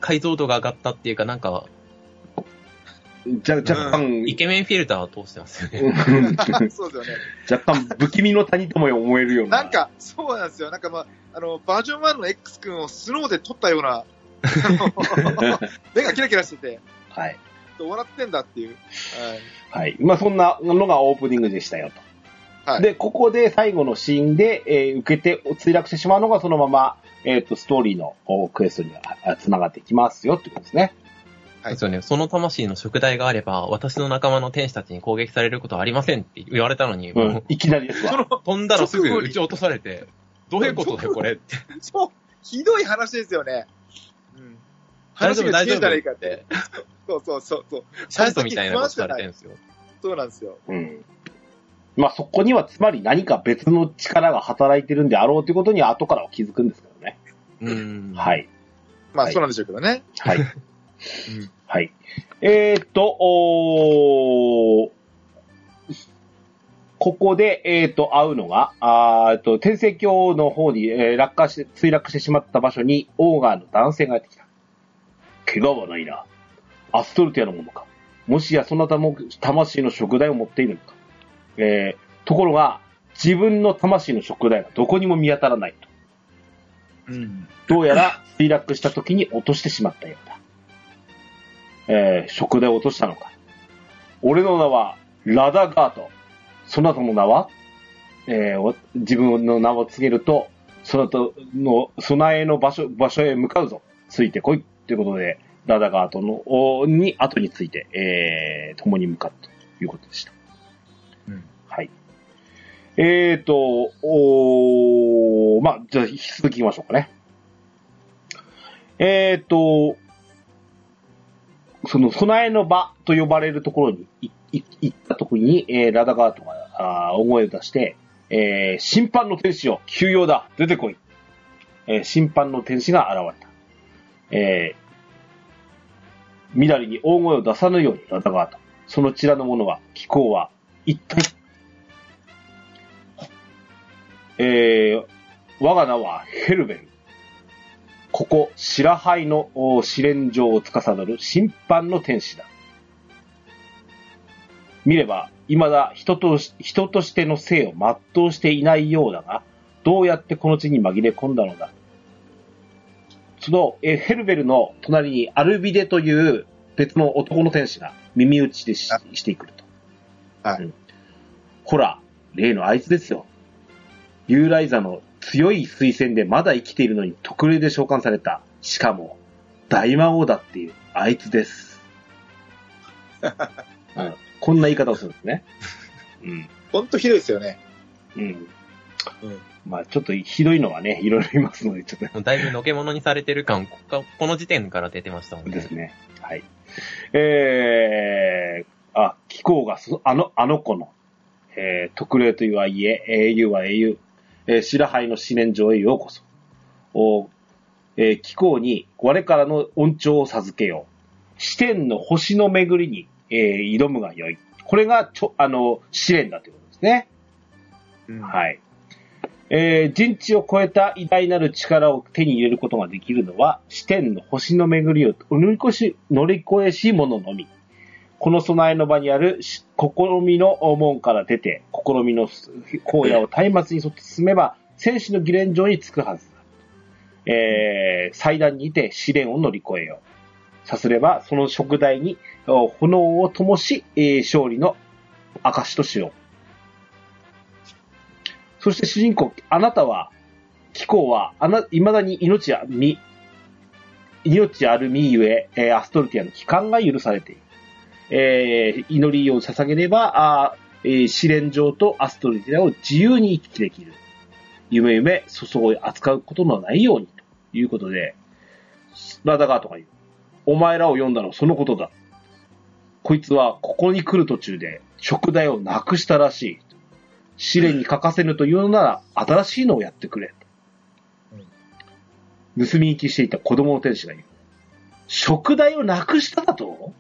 Speaker 2: 解像度が上がったっていうか、なんか、
Speaker 3: じゃ若干、
Speaker 2: イケメンフィルターを通してますよね。
Speaker 3: うん
Speaker 1: そうですよね。
Speaker 3: 若干不気味の谷とも思えるような。
Speaker 1: なん、 か、そうなんですよ。なんかまあ、あの、バージョン1の X 君をスノーで撮ったような、あ の目がキラキラしてて、
Speaker 3: はい。
Speaker 1: 笑ってんだっていう。
Speaker 3: はい。まあそんなのがオープニングでしたよと。
Speaker 1: はい
Speaker 3: で、ここで最後のシーンで、えー受けて墜落してしまうのがそのまま、えっ、と、ストーリーのおクエストにあ繋がっていきますよってことですね。
Speaker 1: はい
Speaker 2: ですよね。その魂の食材があれば、私の仲間の天使たちに攻撃されることはありませんって言われたのに、
Speaker 3: う
Speaker 2: も
Speaker 3: ん
Speaker 2: う。
Speaker 3: いきなりですわ。
Speaker 2: 飛んだらすぐ撃ち落とされて、どういうことだよ、これって。
Speaker 1: はい。そう、ひどい話ですよね。うん。
Speaker 2: 大丈
Speaker 1: 話が
Speaker 2: 夫、
Speaker 1: 消
Speaker 2: 大丈
Speaker 1: えたらい
Speaker 2: 夫
Speaker 1: いか
Speaker 2: っ
Speaker 1: って
Speaker 2: て。。
Speaker 1: そうそうそうそう。
Speaker 2: シャントみたいなことされてるんですよ。
Speaker 1: そうなんですよ。
Speaker 3: うん。まあそこにはつまり何か別の力が働いてるんであろうということに後からは気づくんですけどね。
Speaker 2: うん。。
Speaker 3: はいい。
Speaker 1: まあ、
Speaker 3: はい
Speaker 1: そうなんでしょうけどね。
Speaker 3: はい。はい。えーっと、おーここで、えーっと、会うのが、あーえーっと、天聖教の方に、えー落下して、墜落してしまった場所に、オーガーの男性がやってきた。怪我はないな。アストルティアのものか。もしやそなたも魂の食材を持っているのか。えーところが、自分の魂の食材がどこにも見当たらないと。
Speaker 1: うん。
Speaker 3: どうやら墜落した時に落としてしまったようだ。えー、食材を落としたのか。俺の名はラダガート。そなたの名は、えーお自分の名を告げると、そなたの備えの場所場所へ向かうぞ。ついてこい。ということで、ラダガートのおに後について、えー、共に向かうということでした。
Speaker 1: うん
Speaker 3: はい。えーと、おーまあ、じゃあ、引き続き行きましょうかね。えー、と、その備えの場と呼ばれるところにいい行ったところに、えーラダガートがあー大声を出して、えー審判の天使よ、休養だ、出てこい。えー審判の天使が現れた。えー、みだりに大声を出さぬように、ラダガート。そのちらの者は、気候は、一体。えー、我が名はヘルベル。ここ、白灰のお試練場を司る審判の天使だ。見れば、未だ人とし人としての性を全うしていないようだが、どうやってこの地に紛れ込んだのだ。その、えーヘルベルの隣にアルビデという別の男の天使が耳打ちでし
Speaker 1: あ
Speaker 3: してくると。
Speaker 1: はい
Speaker 3: うんほら、例のあいつですよ。ユーライザの強い推薦でまだ生きているのに特例で召喚された。しかも、大魔王だっていう、あいつ です。うんこんな言い方をするんですね。うん。
Speaker 1: ほんとひどいですよね。
Speaker 3: うん。
Speaker 1: うん
Speaker 3: まあちょっとひどいのはね、いろいろいますので、ちょっと
Speaker 2: だいぶのけものにされてる感、こここの時点から出てましたもん
Speaker 3: で
Speaker 2: ね
Speaker 3: す。ね。はい。えー、あ、気候がそ、あの、あの子の、えー、特例というはいえ、英雄は英雄、えー、白杯の四年上へようこそ。お、えー、気候に我からの恩寵を授けよう。視点の星の巡りに、えー、挑むがよい。これが、ちょ、あの、試練だということですね。
Speaker 1: い。
Speaker 3: はい。えー人知を超えた偉大なる力を手に入れることができるのは、視点の星の巡りを乗り越し、乗り越えし者のみ。この備えの場にあるし試みの門から出て、試みの荒野を松明に沿って進めば、戦士の議連場に着くはずだ。えー祭壇にて試練を乗り越えよう。さすれば、その食台にお炎を灯し、えー勝利の証としよう。そして主人公、あなたは、キコは、あな、未だに命あ、み、命あるみゆえ、えーアストルティアの帰還が許されている。えー祈りを捧げれば、あーえー試練場とアストルティアを自由に行き来できる。夢夢、粗相を扱うことのないように、ということで、ラダガートが言う。お前らを呼んだのはそのことだ。こいつはここに来る途中で、食材をなくしたらしい。試練に欠かせぬというのなら、新しいのをやってくれ。盗み聞きしていた子供の天使が言う。食材をなくしただと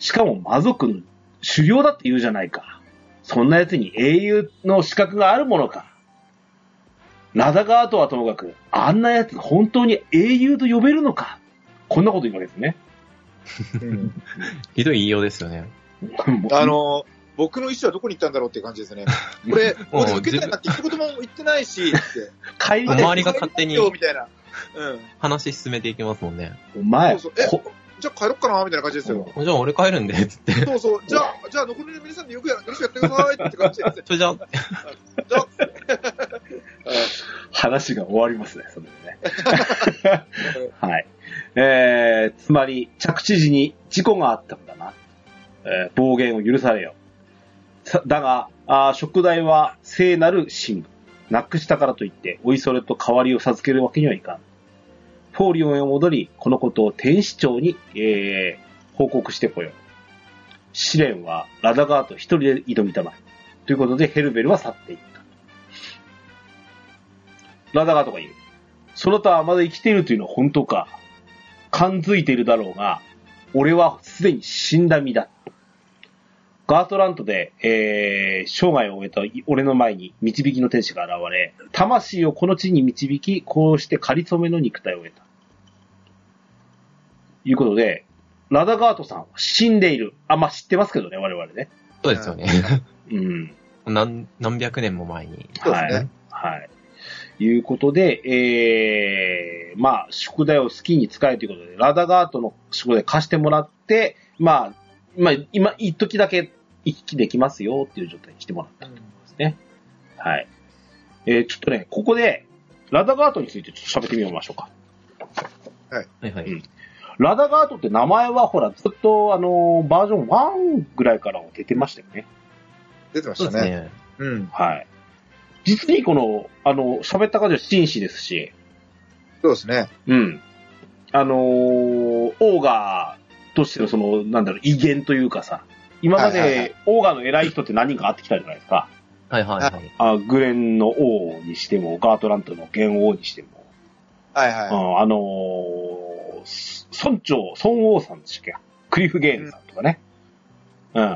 Speaker 3: しかも魔族の修行だって言うじゃないか。そんな奴に英雄の資格があるものか。ラダガートはともかく、あんな奴本当に英雄と呼べるのか。こんなこと言うわけです ね。
Speaker 1: うん
Speaker 2: ひどい言いようですよね。
Speaker 1: あ、のー、僕の意思はどこに行ったんだろうっていう感じですね。こ れ、俺受けたいなって一言も言ってないし、って。
Speaker 3: 帰り
Speaker 2: あ
Speaker 3: た
Speaker 2: 周
Speaker 3: い。
Speaker 2: りが勝手に
Speaker 1: よみたいな。うん。
Speaker 2: 話進めていきますもんね。
Speaker 3: お前、
Speaker 1: そうそうえ
Speaker 3: こ
Speaker 1: じゃあ帰ろっかなみたいな感じですよ。
Speaker 2: じゃあ俺帰るんで、つって。
Speaker 1: そうそう。じゃあ、じゃあ残りの皆さんでよくや、よろしくやってくださいって感じですね。
Speaker 2: それじゃあ、
Speaker 1: じゃあ、
Speaker 3: 話が終わりますね、それでね。はい。えー、つまり、着地時に事故があったんだな。えー暴言を許されよ。さだが、あー食材は聖なる神武。なくしたからといって、おいそれと代わりを授けるわけにはいかん。ポーリオンへ戻り、このことを天使長に、えー報告してこよう。試練はラダガート一人で挑みたまえ。ということで、ヘルベルは去っていった。ラダガートが言う。そなたはまだ生きているというのは本当か。感づいているだろうが、俺はすでに死んだ身だ。ガートラントで、えー、生涯を終えた俺の前に導きの天使が現れ、魂をこの地に導き、こうして仮初めの肉体を得た。いうことで、ラダガートさんは死んでいる。あ、まあ、知ってますけどね、我々ね。
Speaker 2: そうですよね。
Speaker 3: うん。
Speaker 2: 何、何百年も前に。
Speaker 1: そうです
Speaker 3: は
Speaker 1: ね
Speaker 3: い。はい。いうことで、えー、まあ、宿題を好きに使えということで、ラダガートの宿題貸してもらって、まあ、まあ、今、一時だけ行き来できますよっていう状態にしてもらったんですね。はい。えー、ちょっとね、ここで、ラダガートについてちょっと喋ってみましょうか。
Speaker 2: はいはい。
Speaker 3: うんラダガートって名前は、ほら、ずっと、あのー、バージョン1ぐらいからは出てましたよね。
Speaker 1: 出てま
Speaker 2: そ
Speaker 1: し
Speaker 2: う
Speaker 1: た
Speaker 2: です
Speaker 1: ね。
Speaker 2: ね。
Speaker 1: うん。
Speaker 3: はい。実にこの、あの、喋った感じは紳士ですし、
Speaker 1: そうですね。
Speaker 3: うん。あのー、オーガーとしてのその、なんだろう、威厳というかさ、今ま
Speaker 1: はいはいは
Speaker 3: でオーガーの偉い人って何人か会ってきたじゃないですか。
Speaker 2: はいはいはい。
Speaker 3: あグレンの王にしても、ガートラントの元王にしても、
Speaker 1: はいは
Speaker 3: ああのー、村長、孫王さんでしたっけクリフ・ゲーンさんとかね。うん。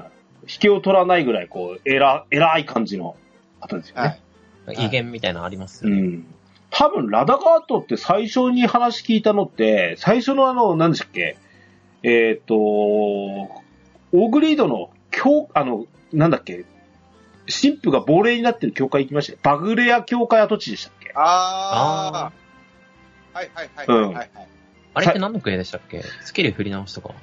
Speaker 3: 引けを取らないぐらい、こう、偉、偉い感じの方ですよ
Speaker 1: い。
Speaker 3: ね。
Speaker 1: はい。い
Speaker 2: 威厳みたいなのあります
Speaker 3: う
Speaker 2: よね。
Speaker 3: ん。多分、ラダガートって最初に話聞いたのって、最初のあの、何でしたっけえっ、と、オーグリードの教、あの、なんだっけ神父が亡霊になってる教会行きましたねバグレア教会跡地でしたっけ
Speaker 1: あー。はいはいはいはいはいはい。
Speaker 2: あれって何の国でしたっけスキル振り直しとか。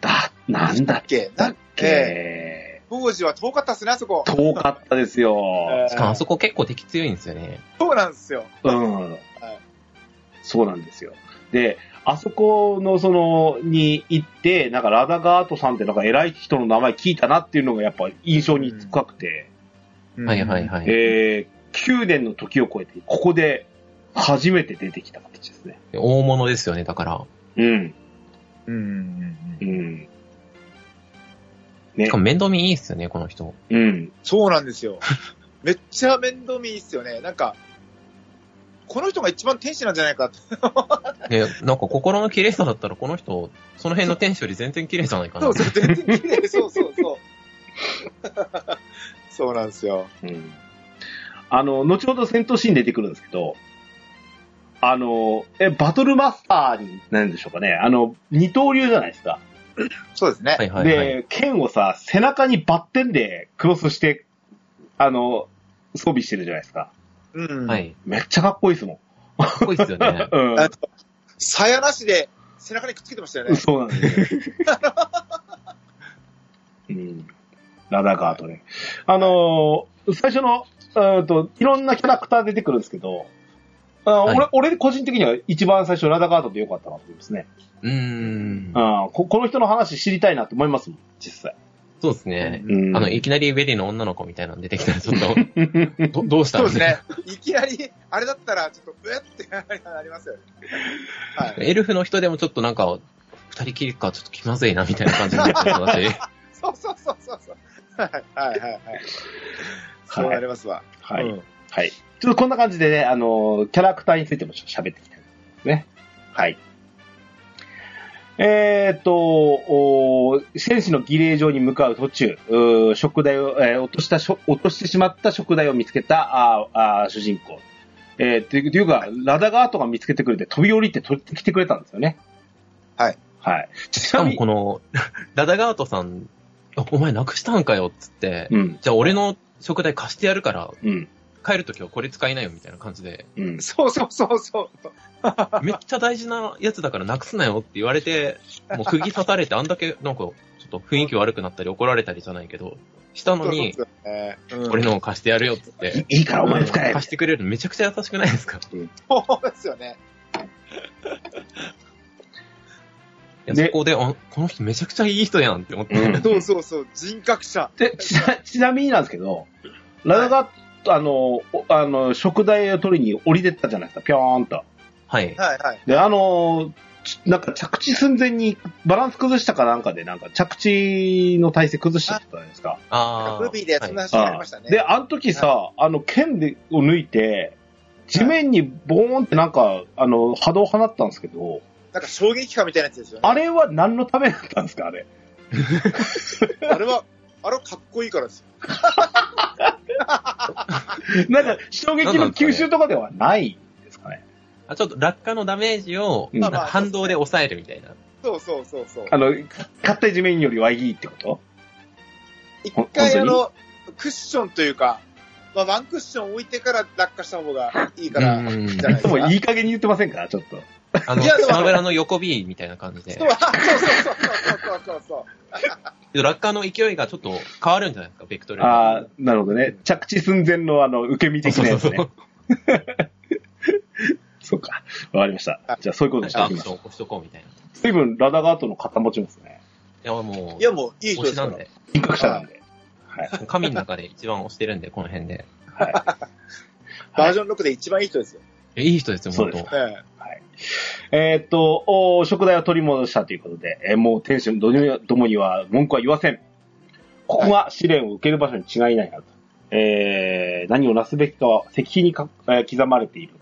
Speaker 3: だ、なんだっ
Speaker 1: け
Speaker 3: だっけ、
Speaker 1: え当時は遠かったっすね、あそこ。
Speaker 3: 遠かったですよ。
Speaker 2: しかもあそこ結構敵強いんですよね。
Speaker 1: そうなんですよ。
Speaker 3: うん。そうなんですよ。で、あそこの、その、に行って、なんかラダガートさんってなんか偉い人の名前聞いたなっていうのがやっぱ印象に深くて、
Speaker 2: はいはいはい。
Speaker 3: えー、9年の時を超えて、ここで初めて出てきた形ですね。
Speaker 2: 大物ですよね、だから。
Speaker 3: うん。
Speaker 1: うんうんう
Speaker 3: う
Speaker 1: ん
Speaker 3: ん。
Speaker 2: しかも面倒見いいっすよね、この人。
Speaker 3: うん。
Speaker 1: そうなんです よ。めっちゃ面倒見いいっすよね。なんか、この人が一番天使なんじゃないかって。
Speaker 2: で、なんか心の綺麗さだったらこの人、その辺の天使より全然綺麗じゃないか
Speaker 1: そ
Speaker 2: な
Speaker 1: う。そう、全然綺麗。そうそう そう。そうなんですよ。
Speaker 3: うん。あの、後ほど戦闘シーン出てくるんですけど、あの、え、バトルマスターになるんでしょうかね。あの、二刀流じゃないですか。
Speaker 1: そうですね。
Speaker 2: はいはいはい。
Speaker 3: で、剣をさ、背中にバッテンでクロスして、あの、装備してるじゃないですか。
Speaker 1: うん。
Speaker 2: はい。
Speaker 3: めっちゃかっこいいですもん。
Speaker 2: かっこいいっすよね。
Speaker 3: うん。
Speaker 1: あと、鞘なしで背中にくっつけてましたよね。
Speaker 3: そうなんで すよ。うん。ラダガーとね。あのー最初の、うんと、いろんなキャラクター出てくるんですけど、あ
Speaker 2: はい
Speaker 3: 俺、俺個人的には一番最初ラダガートで良かったなと思いますね。
Speaker 2: うーん。
Speaker 3: うんこ。この人の話知りたいなって思いますもん、実際。
Speaker 2: そうですね。
Speaker 3: うん。
Speaker 2: あの、いきなりベリーの女の子みたいなの出てきたら、ちょっと、ど どうした
Speaker 1: そ
Speaker 2: ん
Speaker 1: うですね。いきなり、あれだったら、ちょっと、うえってなりますよね。はい。
Speaker 2: エルフの人でもちょっとなんか、二人きりか、ちょっと気まずいな、みたいな感じになってたし。
Speaker 1: そうそうそうそうそう。はいはいはいはい。そうなりますわ。
Speaker 3: はい。
Speaker 1: うん
Speaker 3: はい。ちょっとこんな感じでね、あのー、キャラクターについてもちょっと喋っていきたいですね。はい。えーっと、おー戦士の儀礼場に向かう途中、うー食材を、えー落としたしょ、落としてしまった食材を見つけた、あーあー主人公。えー、というというか、ラダガートが見つけてくれて飛び降りて取ってきてくれたんですよね。
Speaker 1: はい。
Speaker 3: はい。
Speaker 2: し
Speaker 3: し
Speaker 2: かもこ の、ラダガートさん、あお前なくしたんかよ、っつって、
Speaker 3: うん、
Speaker 2: じゃあ俺の食材貸してやるから、
Speaker 3: うん、
Speaker 2: 帰るときはこれ使いなよ、みたいな感じ で、
Speaker 3: うん。
Speaker 1: そうそうそうそう。
Speaker 2: めっちゃ大事なやつだからなくすなよって言われて、もう釘刺されて、あんだけ、なんか、ちょっと雰囲気悪くなったり怒られたりじゃないけど、したのに、
Speaker 1: そうそうえーうん
Speaker 2: 俺のを貸してやるよっつって。
Speaker 3: いいいからお前使え。
Speaker 2: 貸してくれるのめちゃくちゃ優しくないですか
Speaker 1: そうですよね。
Speaker 2: いや
Speaker 3: で
Speaker 2: そこで、あこの人めちゃくちゃいい人やんって思って。
Speaker 3: うん
Speaker 1: そうそうそう、人格者。
Speaker 3: でちなちなみになんですけど、ラダが、あの、おあの、食材を取りに降りてったじゃないですか、ぴょーんと。
Speaker 2: はい。
Speaker 1: はいはい。
Speaker 3: で、あの、ちなんか着地寸前にバランス崩したかなんかで、なんか着地の体勢崩しちゃったじゃないですか。
Speaker 1: なん
Speaker 2: あ
Speaker 1: か
Speaker 2: あ。
Speaker 1: ル ビーでそんな
Speaker 2: はい
Speaker 1: 話がありました
Speaker 3: あ
Speaker 1: ね。
Speaker 3: あで、あの時さ、あの、剣でを抜いて、地面にボーンってなんか、あの、波動を放ったんですけど、
Speaker 1: なんか衝撃波みたいなやつですよね。
Speaker 3: あれは何のためだったんですか、あれ。
Speaker 1: あれは、あれはかっこいいからですよ。
Speaker 3: なんか、衝撃の吸収とかではないんですかね。
Speaker 2: あちょっと落下のダメージを、
Speaker 3: うん
Speaker 2: なんか反動で抑えるみたいな。
Speaker 1: そうそうそうそう。
Speaker 3: あの、か勝手に地面よりはいいってこと
Speaker 1: 一
Speaker 3: ほ
Speaker 1: 回あ
Speaker 3: 本
Speaker 1: の、クッションというか、まあ、ワンクッション置いてから落下した方がいいから、
Speaker 2: うん
Speaker 1: じゃないで
Speaker 3: で
Speaker 1: す
Speaker 3: も
Speaker 1: か。
Speaker 3: いい加減に言ってませんかちょっと。
Speaker 2: あの、
Speaker 1: いやでも
Speaker 2: スマブラの横 B みたいな感じで
Speaker 1: そう、。あそうそうそうそうそうそう
Speaker 2: 落下の勢いがちょっと変わるんじゃないですか、ベクトルが。
Speaker 3: ああ、なるほどね。着地寸前のあの、受け身的なやつ
Speaker 2: そうそうそ
Speaker 3: ね
Speaker 2: う。
Speaker 3: そうか。わかりました。じゃあ、そういうこと
Speaker 2: な
Speaker 3: に
Speaker 2: ん
Speaker 3: し
Speaker 2: か
Speaker 3: て
Speaker 2: ア
Speaker 3: お
Speaker 2: クション。
Speaker 3: きます
Speaker 2: 起こしとこうみたいな。い
Speaker 3: 随分ラダガートの肩持ちますね。
Speaker 2: や、も
Speaker 1: そう。
Speaker 2: う、
Speaker 1: いやもう、いい人
Speaker 2: 推
Speaker 1: で
Speaker 2: し
Speaker 1: す
Speaker 2: な
Speaker 1: か
Speaker 2: ん
Speaker 1: ら。
Speaker 2: で。
Speaker 3: 人格者なんで。
Speaker 2: 神の中で一番推してるんで、この辺で。
Speaker 3: は
Speaker 1: バージョン6で一番いい人ですよ。
Speaker 2: いやいい人ですよ、
Speaker 3: そう
Speaker 2: 本
Speaker 3: です
Speaker 2: 当。
Speaker 1: え
Speaker 3: い。えーっと、お食材を取り戻したということで、えーもう天使のどにどもには文句は言わせん。ここが試練を受ける場所に違いないなと。えー、何をなすべきかは石碑にか、えー刻まれていると。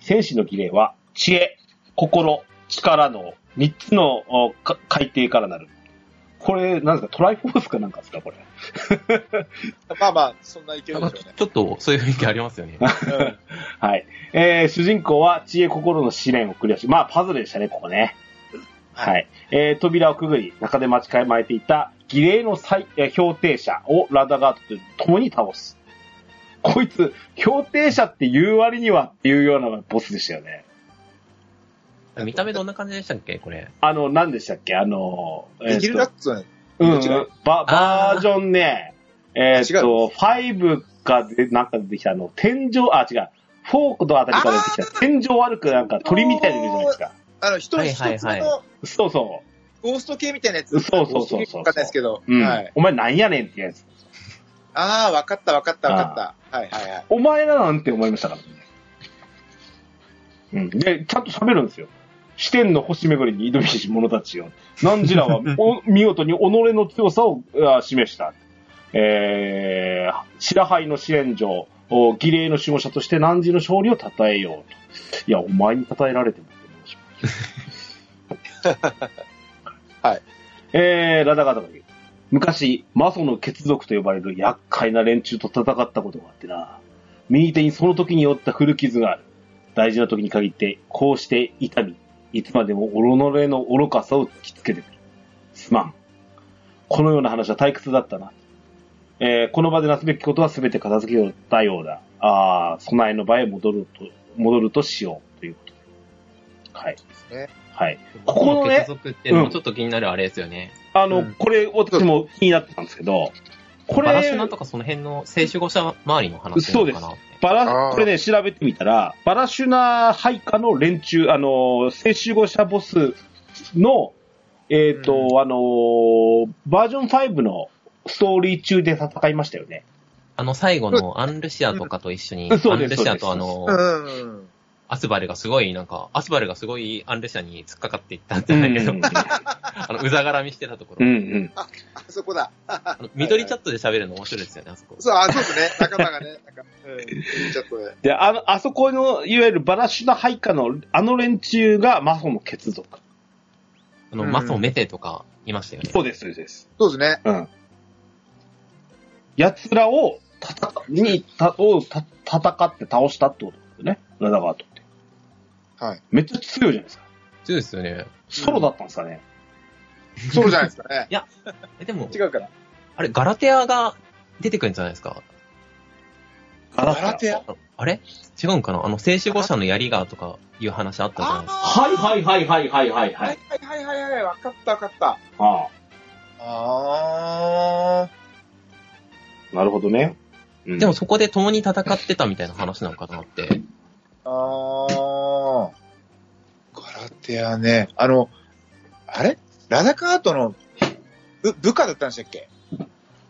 Speaker 3: 戦士の儀礼は、知恵、心、力の3つのおか海底からなる。これ、なんですか、トライフォースかなんかですか、これ。
Speaker 1: えまあまあ、そんな勢いでしょう
Speaker 2: なんかちょっと、そういう雰囲気ありますよ
Speaker 1: ね。
Speaker 2: ね。
Speaker 3: はい。えー、主人公は知恵心の試練をクリアし、まあパズルでしたね、ここね。はい。えー、扉をくぐり、中で待ち構えていた儀礼の最、えー評定者をラダガートと共に倒す。こいつ、評定者って言う割にはっていうようなボスでしたよね。
Speaker 2: 見た目どんな感じでしたっけ、これ。
Speaker 3: あの、何でしたっけあの、
Speaker 1: うん。できる
Speaker 3: ー
Speaker 1: な
Speaker 3: っ
Speaker 1: っつうの
Speaker 3: うん、う。
Speaker 1: 違うん
Speaker 3: バ
Speaker 2: あー
Speaker 3: バージョンね、えーっ
Speaker 1: 違
Speaker 3: と、5かで、なんか出てきたあの、天井、あ、違う。フォークのあたりから出てきた、天井悪くなんか鳥みたいなのいるじゃないですか。
Speaker 1: あの、一つ
Speaker 2: はい
Speaker 1: 一つ
Speaker 2: はいはい
Speaker 1: の
Speaker 3: そうそ
Speaker 1: ゴースト系みたいなやつ。
Speaker 3: う。そうそうそう
Speaker 1: ゴー
Speaker 3: そ
Speaker 1: スト系かわ
Speaker 3: う
Speaker 1: かんないですけど。
Speaker 3: うん
Speaker 1: はい。
Speaker 3: お前なんやねんってやつ。
Speaker 1: ああ、わかったわかったわかった。はいはいはい。
Speaker 3: お前らなんて思いましたから、うん。で、ちゃんと喋るんですよ。視点の星巡りに挑みし者たちよ。何時らはお見事に己の強さをあ示した。えー、白杯の支援所、お儀礼の守護者として何時の勝利を称えようと。いや、お前に称えられてもって。
Speaker 1: はい。
Speaker 3: えー、ラダガタが言う。昔、魔祖の血族と呼ばれる厄介な連中と戦ったことがあってな。右手にその時に負った古傷がある。大事な時に限って、こうして痛み、いつまでも己の愚かさを突きつけてくる。すまん。このような話は退屈だったな。えーこの場でなすべきことは全て片付けたようだ。ああ、備えの場へ戻ると、戻るとしよう。ということで。はい。
Speaker 1: ね
Speaker 3: はい。ここのね
Speaker 2: 血族ってのもちょっと気になるあれですよね。
Speaker 3: あの、
Speaker 2: うん
Speaker 3: これ、私も気になってたんですけど、これ、
Speaker 2: バラシュナとかその辺の聖守護者周りの話なのかなって。
Speaker 3: バ
Speaker 1: あ
Speaker 3: ラ、
Speaker 1: ー
Speaker 3: これね、調べてみたら、バラシュナ配下の連中、あの、聖守護者ボスの、えっ、と、あの、バージョン5のストーリー中で戦いましたよね。
Speaker 2: あの最後のアンルシアとかと一緒に、
Speaker 3: うんそ
Speaker 2: ア
Speaker 3: う
Speaker 2: ン
Speaker 3: で
Speaker 2: ル
Speaker 3: す
Speaker 2: シアとあ
Speaker 1: う
Speaker 2: の、
Speaker 1: ん。
Speaker 2: アスバルがすごい、なんか、アスバルがすごいアンルシアに突っかかっていったんじゃないけど、あの、うざがらみしてたとこ
Speaker 3: うんう
Speaker 2: ろ。
Speaker 3: ん。
Speaker 1: あそこだ。
Speaker 2: あの緑チャットで喋るの面白いですよね、あそこ。
Speaker 1: そう、あ、そうですね。仲間がね、なんか、うん。ちょっとね。
Speaker 3: で、あの、あそこの、いわゆるバラシュナ配下の、あの連中がマホの血族。
Speaker 2: あの、
Speaker 1: うん
Speaker 2: マソメテとかいましたよね。
Speaker 3: そうです、そうです。
Speaker 1: そうです ね。
Speaker 3: うん。奴らを、たた、に、た、を、た、戦って倒したってことですよね。ラダガートって。
Speaker 1: はい。
Speaker 3: めっちゃ強いじゃないですか。
Speaker 2: そうですよね。
Speaker 3: ソロだったんですかね。
Speaker 1: そうじゃないですかね。
Speaker 2: え、でも、
Speaker 1: 違うから。
Speaker 2: あれ、ガラテアが出てくるんじゃないですか。
Speaker 3: ガ
Speaker 1: ガ
Speaker 3: ラス
Speaker 1: ラテア。
Speaker 2: ああれ違うんかなあの、聖守護者の槍がとかいう話あったじゃないですか。
Speaker 3: はいはいはいはいはいはい
Speaker 1: は
Speaker 3: はいい。
Speaker 1: はいはいはいはい。わかったわかった。
Speaker 3: あ
Speaker 1: あ
Speaker 3: あ、なるほどね。うん
Speaker 2: でも、そこで共に戦ってたみたいな話なのかなって。
Speaker 1: あ。ああ。空手はね、あの、あれラダカートの部部下だったんでしたっけ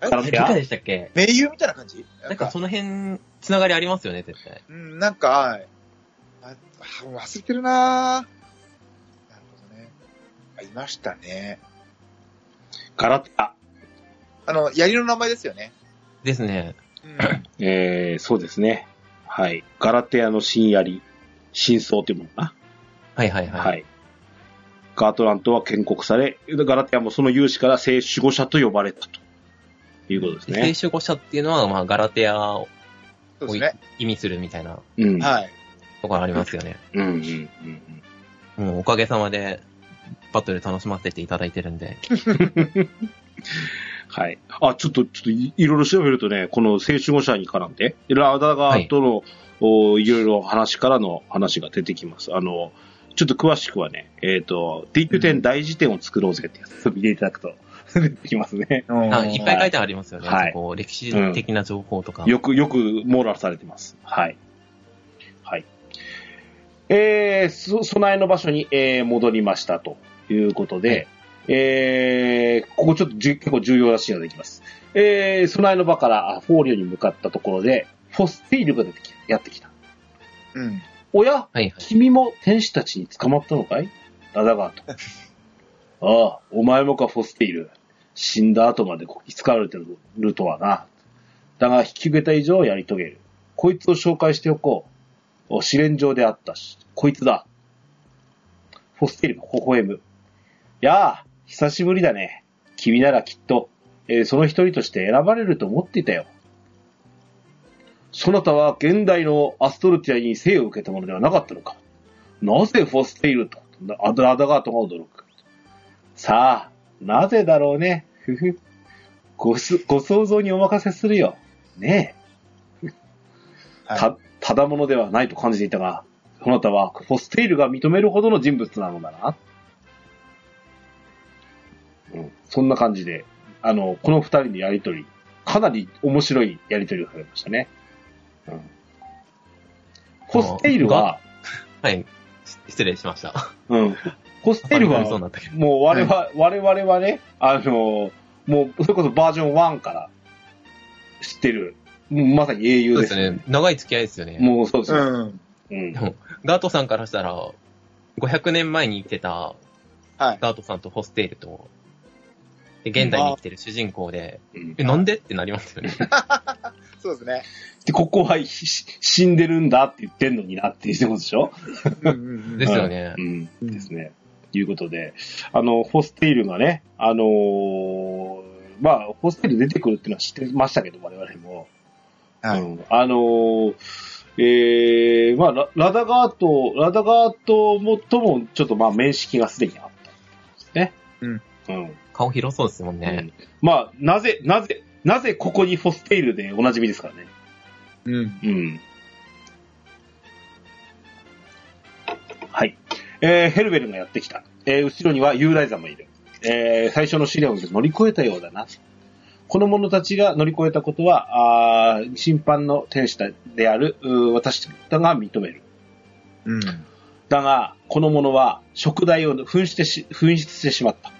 Speaker 3: ガラ
Speaker 2: え、
Speaker 3: テ
Speaker 2: 理
Speaker 3: ア
Speaker 2: 解でしたっけ
Speaker 1: 盟友みたいな感じな
Speaker 2: なんんか
Speaker 1: か、
Speaker 2: その辺、つながりありますよね、絶対。
Speaker 1: うん、なんか、はいあ、あもう忘れてるなぁ。なるほどね。あいましたね。
Speaker 3: ガラテア。
Speaker 1: あの、槍の名前ですよね。
Speaker 2: ですね。
Speaker 1: うん。
Speaker 3: えー、そうですね。はい。ガラテアの新槍。真相というものかな。
Speaker 2: はいはいはい。
Speaker 3: はい。ガートラントは建国され、ガラテアもその勇士から聖守護者と呼ばれたということです
Speaker 2: で
Speaker 3: ね。
Speaker 2: 聖守護者っていうのは、まあ、ガラテアを
Speaker 1: そうですね。
Speaker 2: 意味するみたいな
Speaker 3: うん。
Speaker 1: はい。
Speaker 2: ところありますよね。
Speaker 3: うんうんうんうん。
Speaker 2: もうおかげさまで、バトル楽しませていただいてるんで。
Speaker 3: はい。あ、ちょっと、ちょっとい、いろいろ調べるとね、この聖守護者に絡んで、ラダガーとの、おいろいろ話からの話が出てきます。あの、ちょっと詳しくはね、えっ、と、D9 点大辞典を作ろうぜってやつを見ていただくと、 出てきますね。
Speaker 2: あいっぱい
Speaker 1: い。
Speaker 2: 書いてありますよね。
Speaker 3: はい
Speaker 2: そこ歴史的な情報とか。
Speaker 3: よく、よく網羅されてます。はい。はい。えー、そ、備えの場所に、えー戻りましたということで、えー、ここちょっとじゅ結構重要なシーンができます。えー、備えの場からあフォーリオに向かったところで、フォスティールが出てきやってきた。
Speaker 1: うん。
Speaker 3: おや、
Speaker 2: はいはい。
Speaker 3: 君も天使たちに捕まったのかいラダガート。ああ、お前もか、フォスティール。死んだ後までこき使われてるとはな。だが、引き受けた以上やり遂げる。こいつを紹介しておこう。お試練場であったし、こいつだ。フォスティールが微笑む。やあ、久しぶりだね。君ならきっと、えーその一人として選ばれると思っていたよ。そなたは現代のアストルティアに生を受けたものではなかったのか。なぜフォステイルとアドラダガートが驚く。さあ、なぜだろうね。ふふ。ごす、ご想像にお任せするよ。ねえ。
Speaker 1: はい
Speaker 3: た、ただものではないと感じていたが、そなたはフォステイルが認めるほどの人物なのだな。うん。そんな感じで、あの、この二人のやりとり、かなり面白いやりとりをされましたね。うん。ホステイルは、
Speaker 2: はい。し失礼しました。
Speaker 3: うん。ホステイル
Speaker 2: あんまりそう
Speaker 3: は、
Speaker 2: になったけど。
Speaker 3: もう我々、我々はね、あの、もう、それこそバージョン1から知ってる、もうまさに英
Speaker 2: そ
Speaker 3: 雄
Speaker 2: う
Speaker 3: で
Speaker 2: ですす
Speaker 3: ね。
Speaker 2: ね。長い付き合いですよね。
Speaker 3: もうそうですね。
Speaker 1: うん。
Speaker 3: うん
Speaker 2: で。もガートさんからしたら、500年前に生きてた
Speaker 1: はい。
Speaker 2: ガートさんとホステイルと、で現代に生きてる主人公で、
Speaker 3: うん
Speaker 2: え、なんでってなりますよね。
Speaker 1: そうですね。
Speaker 3: で、ここはひ死んでるんだって言ってんのになっていうことでしょ
Speaker 1: うんうん
Speaker 2: ですよね
Speaker 3: う。ん。
Speaker 1: うん
Speaker 3: ですね。いうことで、あの、ホステイルがね、あのーまあ、ホステイル出てくるっていうのは知ってましたけど、我々も。
Speaker 1: はい
Speaker 3: うんあのーえーまあラ、ラダガート、ラダガートもとも、ちょっとまあ、面識がすでにあったんですね。
Speaker 1: うん。
Speaker 3: うん。
Speaker 2: 顔広そうですもんね。
Speaker 3: まあ、なぜ、なぜ、なぜここにホステイルでおなじみですからね。
Speaker 1: うん。
Speaker 3: うん。はい。えー、ヘルベルがやってきた。えー、後ろにはユーライザもいる。えー、最初の試練を乗り越えたようだな。この者たちが乗り越えたことは、あー審判の天使であるうー私だが認める。
Speaker 1: うん。
Speaker 3: だが、この者は、食材を紛失してし紛失してしまった。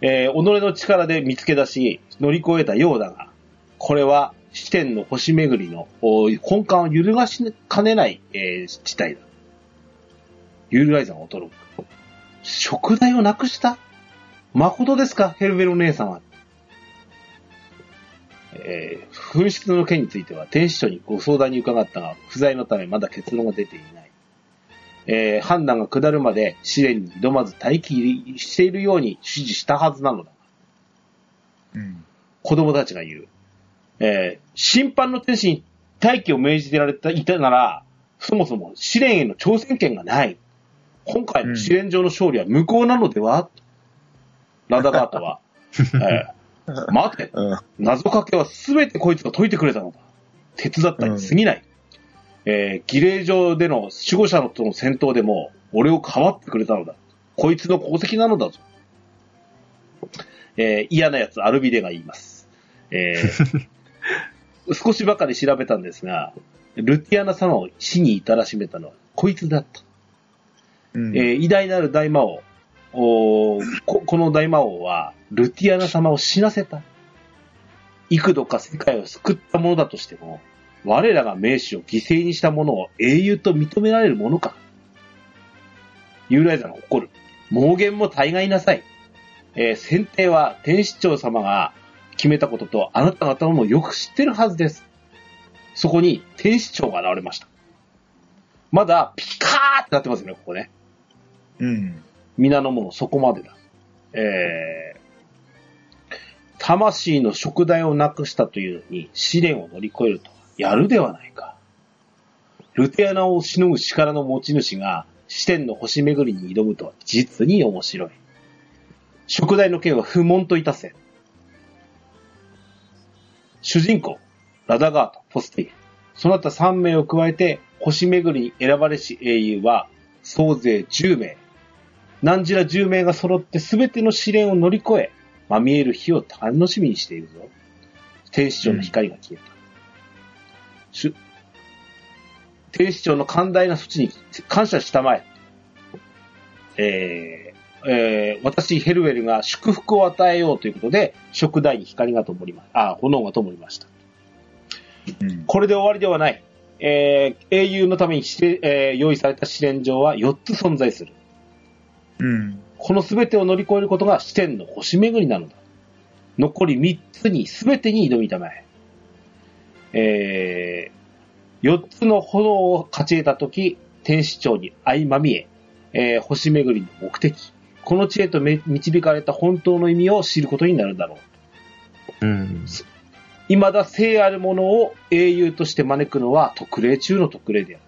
Speaker 3: えー己の力で見つけ出し、乗り越えたようだが、これは、視点の星巡りのお根幹を揺るがしかねない、えー事態だ。ユールライザンは驚く。食材をなくした誠ですか、ヘルベル姉さんは。えー紛失の件については、天使長にご相談に伺ったが、不在のためまだ結論が出ていない。えー判断が下るまで試練に挑まず待機しているように指示したはずなのだ。
Speaker 1: うん。
Speaker 3: 子供たちが言う。えー審判の天使に待機を命じてられた、いたなら、そもそも試練への挑戦権がない。今回の試練上の勝利は無効なのでは、ラダガートは、えー待て、
Speaker 1: うん。
Speaker 3: 謎かけはすべてこいつが解いてくれたのだ。手伝ったに過ぎない。えー儀礼場での守護者との戦闘でも、俺をかわってくれたのだ。こいつの功績なのだぞ。えー嫌な奴、アルビデが言います。えー少しばかり調べたんですが、ルティアナ様を死に至らしめたのは、こいつだった。
Speaker 1: うん。
Speaker 3: えー偉大なる大魔王おーこ、この大魔王は、ルティアナ様を死なせた。幾度か世界を救ったものだとしても、我らが名手を犠牲にしたものを英雄と認められるものか。ユーライザーが怒る。妄言も大概なさい。えー選定は天使長様が決めたこととあなた方もよく知ってるはずです。そこに天使長が現れました。まだピカーってなってますよね、ここね。
Speaker 1: うん。
Speaker 3: 皆の者そこまでだ。えー、魂の食材をなくしたというのに試練を乗り越えるとはやるではないか。ルテアナをしのぐ力の持ち主が視点の星巡りに挑むとは実に面白い。食材の件は不問といたせ。主人公、ラダガート、フォスティ。その他3名を加えて、星巡りに選ばれし英雄は、総勢10名。何時ら10名が揃って全ての試練を乗り越え、まみえる日を楽しみにしているぞ。天使長の光が消えた。しゅ天使長の寛大な措置に感謝したまえ。えーえー私、ヘルウェルが祝福を与えようということで、食台に光が灯りま、あ、炎が灯りました。
Speaker 1: うん。
Speaker 3: これで終わりではない。えー英雄のためにして、えー用意された試練場は4つ存在する。
Speaker 1: うん。
Speaker 3: この全てを乗り越えることが視点の星巡りなのだ。残り3つに全てに挑みたまえ。えー、4つの炎を勝ち得たとき、天使長に相まみえ、えー星巡りの目的、この地へとめ導かれた本当の意味を知ることになるだろう。
Speaker 2: うん。
Speaker 3: 未だ聖あるものを英雄として招くのは特例中の特例である。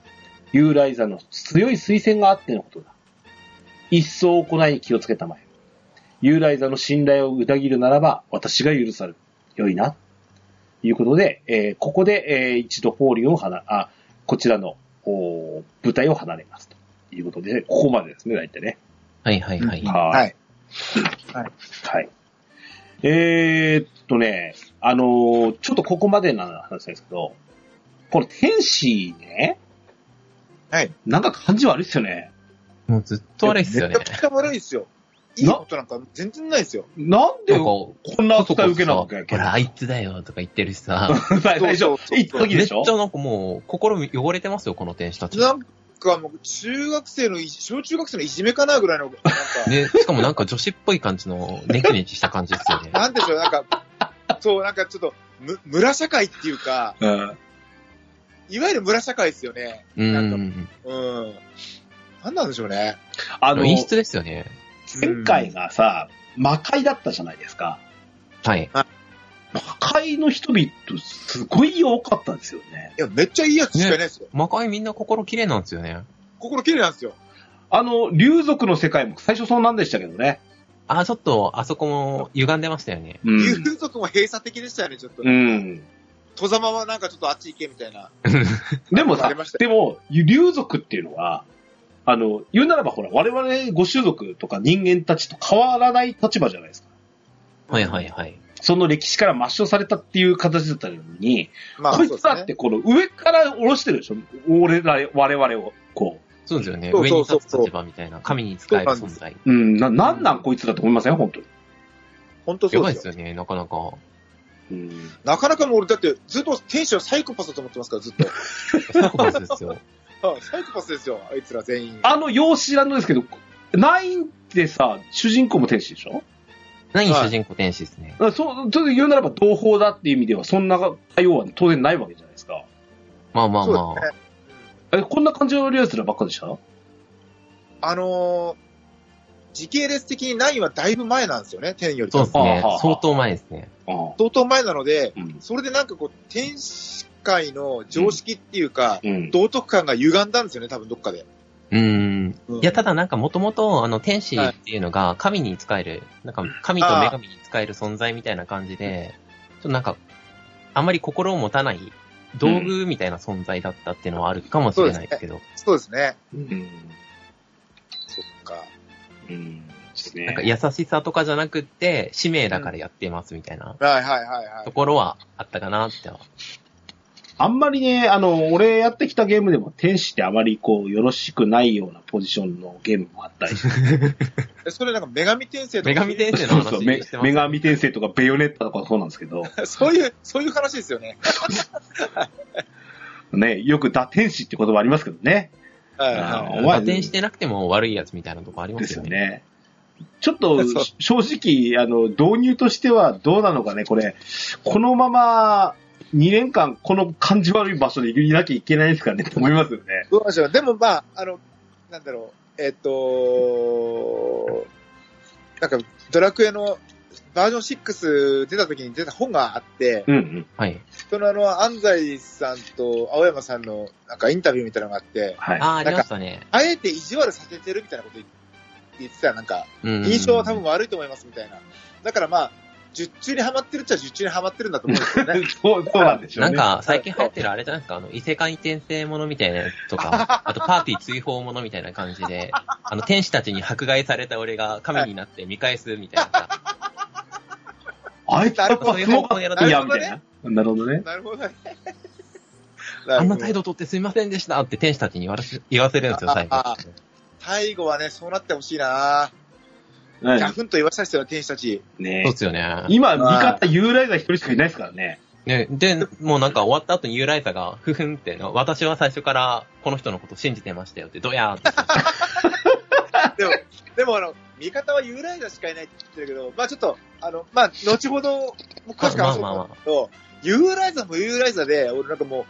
Speaker 3: ユーライザの強い推薦があってのことだ。一層行いに気をつけたまえ。ユーライザの信頼を裏切るならば、私が許される。良いな。ということで、えーここで、えー一度フォーリンを離、あ、こちらの、おー舞台を離れます。ということで、ここまでですね、大体ね。
Speaker 2: はいはいはい。
Speaker 3: はい
Speaker 1: はい。
Speaker 3: はい。えー、っとね、あのーちょっとここまでの話なんですけど、この天使ね、
Speaker 1: はい。
Speaker 3: なんか感じ悪いっすよね。
Speaker 2: もうずっとあれっすよね
Speaker 1: めち。ゃくちゃ悪いっすよ。いいことなんか全然ないっすよ。
Speaker 3: なんで
Speaker 2: なんか
Speaker 3: こんな扱い受けな
Speaker 2: そ
Speaker 3: わ
Speaker 2: うそう
Speaker 3: け
Speaker 2: そうほら、 あいつだよとか言ってるしさ。
Speaker 3: 最初、
Speaker 1: そうそうそう
Speaker 3: 一時
Speaker 2: め
Speaker 3: で
Speaker 2: っ
Speaker 3: し
Speaker 2: ち
Speaker 3: ょ
Speaker 2: ゃなんかもう、心汚れてますよ、この天使たち。
Speaker 1: なんかもう、中学生のい、小中学生のいじめかなぐらいの、なんか、
Speaker 2: ね、しかもなんか女子っぽい感じの、ネキネキした感じですよ ね。
Speaker 1: なんでしょう、なんか、そう、なんかちょっと、む、村社会っていうか、
Speaker 3: うん。
Speaker 1: いわゆる村社会ですよね。
Speaker 2: う
Speaker 1: なんか
Speaker 2: ん。
Speaker 1: うん。なんなんでしょうね。
Speaker 3: あ
Speaker 2: あ
Speaker 3: の、
Speaker 2: の、陰湿ですよね。
Speaker 3: 前回がさ、魔界だったじゃないですか。
Speaker 2: はい。
Speaker 3: 魔界の人々、すごい弱かったんですよね。
Speaker 1: いや、めっちゃいいやつしかいないですよ。
Speaker 2: 魔界みんな心綺麗なんですよね。
Speaker 1: 心綺麗なんですよ。
Speaker 3: あの、竜族の世界も最初そうなんでしたけどね。
Speaker 2: あ、ちょっと、あそこも歪んでましたよね。
Speaker 3: う
Speaker 1: 遊
Speaker 3: ん。
Speaker 1: 族も閉鎖的でしたよね、ちょっと。
Speaker 3: うん。
Speaker 1: 戸様はなんかちょっとあっち行けみたいな。
Speaker 3: でも
Speaker 1: あ
Speaker 3: さ
Speaker 1: りまし、た
Speaker 3: でも、竜族っていうのは、あの、言うならばほら、我々ご種族とか人間たちと変わらない立場じゃないですか。
Speaker 2: はいはいはい。
Speaker 3: その歴史から抹消されたっていう形だったのに、
Speaker 1: まあ、
Speaker 3: こ
Speaker 1: そう
Speaker 3: い
Speaker 1: で
Speaker 3: つ
Speaker 1: す
Speaker 3: だっ
Speaker 1: ね。
Speaker 3: てこの上から下ろしてるでしょ俺ら、我々を。こ
Speaker 2: そうですよね。
Speaker 1: そ
Speaker 2: 上
Speaker 1: う
Speaker 2: に
Speaker 1: そうそう
Speaker 2: 立つ立場みたいな、神に仕える存在。
Speaker 3: う。うん、な、なんなんこいつだと思いません本当に。
Speaker 1: 本当
Speaker 2: や
Speaker 1: そう
Speaker 2: ば
Speaker 1: で
Speaker 2: い
Speaker 1: す
Speaker 2: で
Speaker 1: よ
Speaker 2: す。よね、なかなか。
Speaker 3: うん。
Speaker 1: なかなかもう俺だってずっと天使はサイコパスだと思ってますから、ずっ と。
Speaker 2: サイコパス ですよ。
Speaker 1: はいサイコパスですよ、あいつら全員。
Speaker 3: あの、容姿なんですけど、ナインってさ、主人公も天使でしょ
Speaker 2: 何
Speaker 1: はい
Speaker 2: 主人公天使ですね。
Speaker 3: だからそう、ちょっと言うならば同胞だっていう意味では、そんな対応は当然ないわけじゃないですか。
Speaker 2: まあまあ
Speaker 1: そ
Speaker 2: ま
Speaker 1: うで
Speaker 2: あ
Speaker 1: す。ね。
Speaker 3: え、こんな感じのやつらばっかでした
Speaker 1: あのー時系列的に9はだいぶ前なんですよね、天より。
Speaker 2: そうです
Speaker 3: は
Speaker 2: ね
Speaker 3: あはあ。
Speaker 2: 相当前ですね。
Speaker 3: う
Speaker 1: 相当前なので、
Speaker 3: ん。
Speaker 1: それでなんかこう、天使界の常識っていうか、
Speaker 3: うん。
Speaker 1: 道徳感が歪んだんですよね、多分どっかで。
Speaker 2: うーん。
Speaker 1: うん
Speaker 2: いや、ただなんかもともと、あの、天使っていうのが神に仕える、なんか神と女神に仕える存在みたいな感じで、ちょっとなんか、あまり心を持たない道具みたいな存在だったっていうのはあるかもしれないですけど、
Speaker 1: そうですね。
Speaker 3: うん。
Speaker 1: そっか。
Speaker 3: うん。です
Speaker 2: なんか
Speaker 3: ね。
Speaker 2: 優しさとかじゃなくって、使命だからやってますみたいな
Speaker 1: はいはいはいは
Speaker 2: と
Speaker 1: い。
Speaker 2: ころはあったかなっては。
Speaker 3: あんまりね、あの、俺やってきたゲームでも、天使ってあまりこう、よろしくないようなポジションのゲームもあったり。
Speaker 1: えそれなんか女神転生とか。
Speaker 2: 女神転生
Speaker 3: そ
Speaker 2: の
Speaker 3: うそう、
Speaker 2: 話
Speaker 3: め
Speaker 2: してます
Speaker 3: 女
Speaker 2: ね。
Speaker 3: 神転生とかベヨネッタとかそうなんですけど、
Speaker 1: そういう、そういう話ですよね。
Speaker 3: ね、よく打天使って言葉ありますけどね。
Speaker 1: はい
Speaker 3: あ
Speaker 1: は
Speaker 3: ー
Speaker 1: い。
Speaker 3: お前
Speaker 2: 破天してなくても悪いやつみたいなとこありま
Speaker 3: ですす
Speaker 2: よ
Speaker 3: よ
Speaker 2: ね。
Speaker 3: ね。ちょっと
Speaker 1: そう、
Speaker 3: 正直、あの、導入としてはどうなのかね、これ、このまま、2年間、この感じ悪い場所でいなきゃいけないですかね、と思いますよね。
Speaker 1: どうなんでしょう。でもまあ、あの、なんだろう、えっ、と、なんか、ドラクエのバージョン6出た時に出た本があって、
Speaker 3: うんうん。
Speaker 2: はい。
Speaker 1: そのあの、安西さんと青山さんのなんかインタビューみたいなのがあって、
Speaker 3: はい。
Speaker 2: ああー、ありましたね。
Speaker 1: あえて意地悪させてるみたいなこと言言ってたらなんか、
Speaker 2: うん
Speaker 1: 印象は多分悪いと思いますみたいな。だからまあ、術中にはまってるっちゃ術中にはまってるんだと思うんですよね。
Speaker 3: そう、そうなんでしょう
Speaker 2: な
Speaker 3: ね。
Speaker 2: んか、最近流行ってるあれじゃないですか、あの、異世界転生ものみたいなやつと か、あとパーティー追放ものみたいな感じで、あの、天使たちに迫害された俺が神になって見返すみたいなさ、
Speaker 3: あいつやっぱすごかったんや、
Speaker 1: な
Speaker 3: みた
Speaker 1: るほどね
Speaker 3: いな。なるほどね。
Speaker 1: なるほどね。
Speaker 2: あんな態度取ってすいませんでしたって天使たちに言わし言わせるんですよ、最後
Speaker 1: あ。最後はね、そうなってほしいな
Speaker 3: はい
Speaker 1: ガフンと言わせたいですよね、天使た ち。
Speaker 2: そう
Speaker 3: ね
Speaker 2: ですよね。
Speaker 3: 今、味方、ユーライザー一人しかいないですからね。
Speaker 2: ね、で、もうなんか終わった後にユーライザが、ふふんっての、私は最初からこの人のこと信じてましたよって、ドヤーって。
Speaker 1: でも、でもあの、味方はユーライザーしかいないって言ってるけど、まあちょっと、あの、まあ後ほど、もう詳しく話そうと思うんですけど、ユーライザーもユーライザーで、俺なんかもう、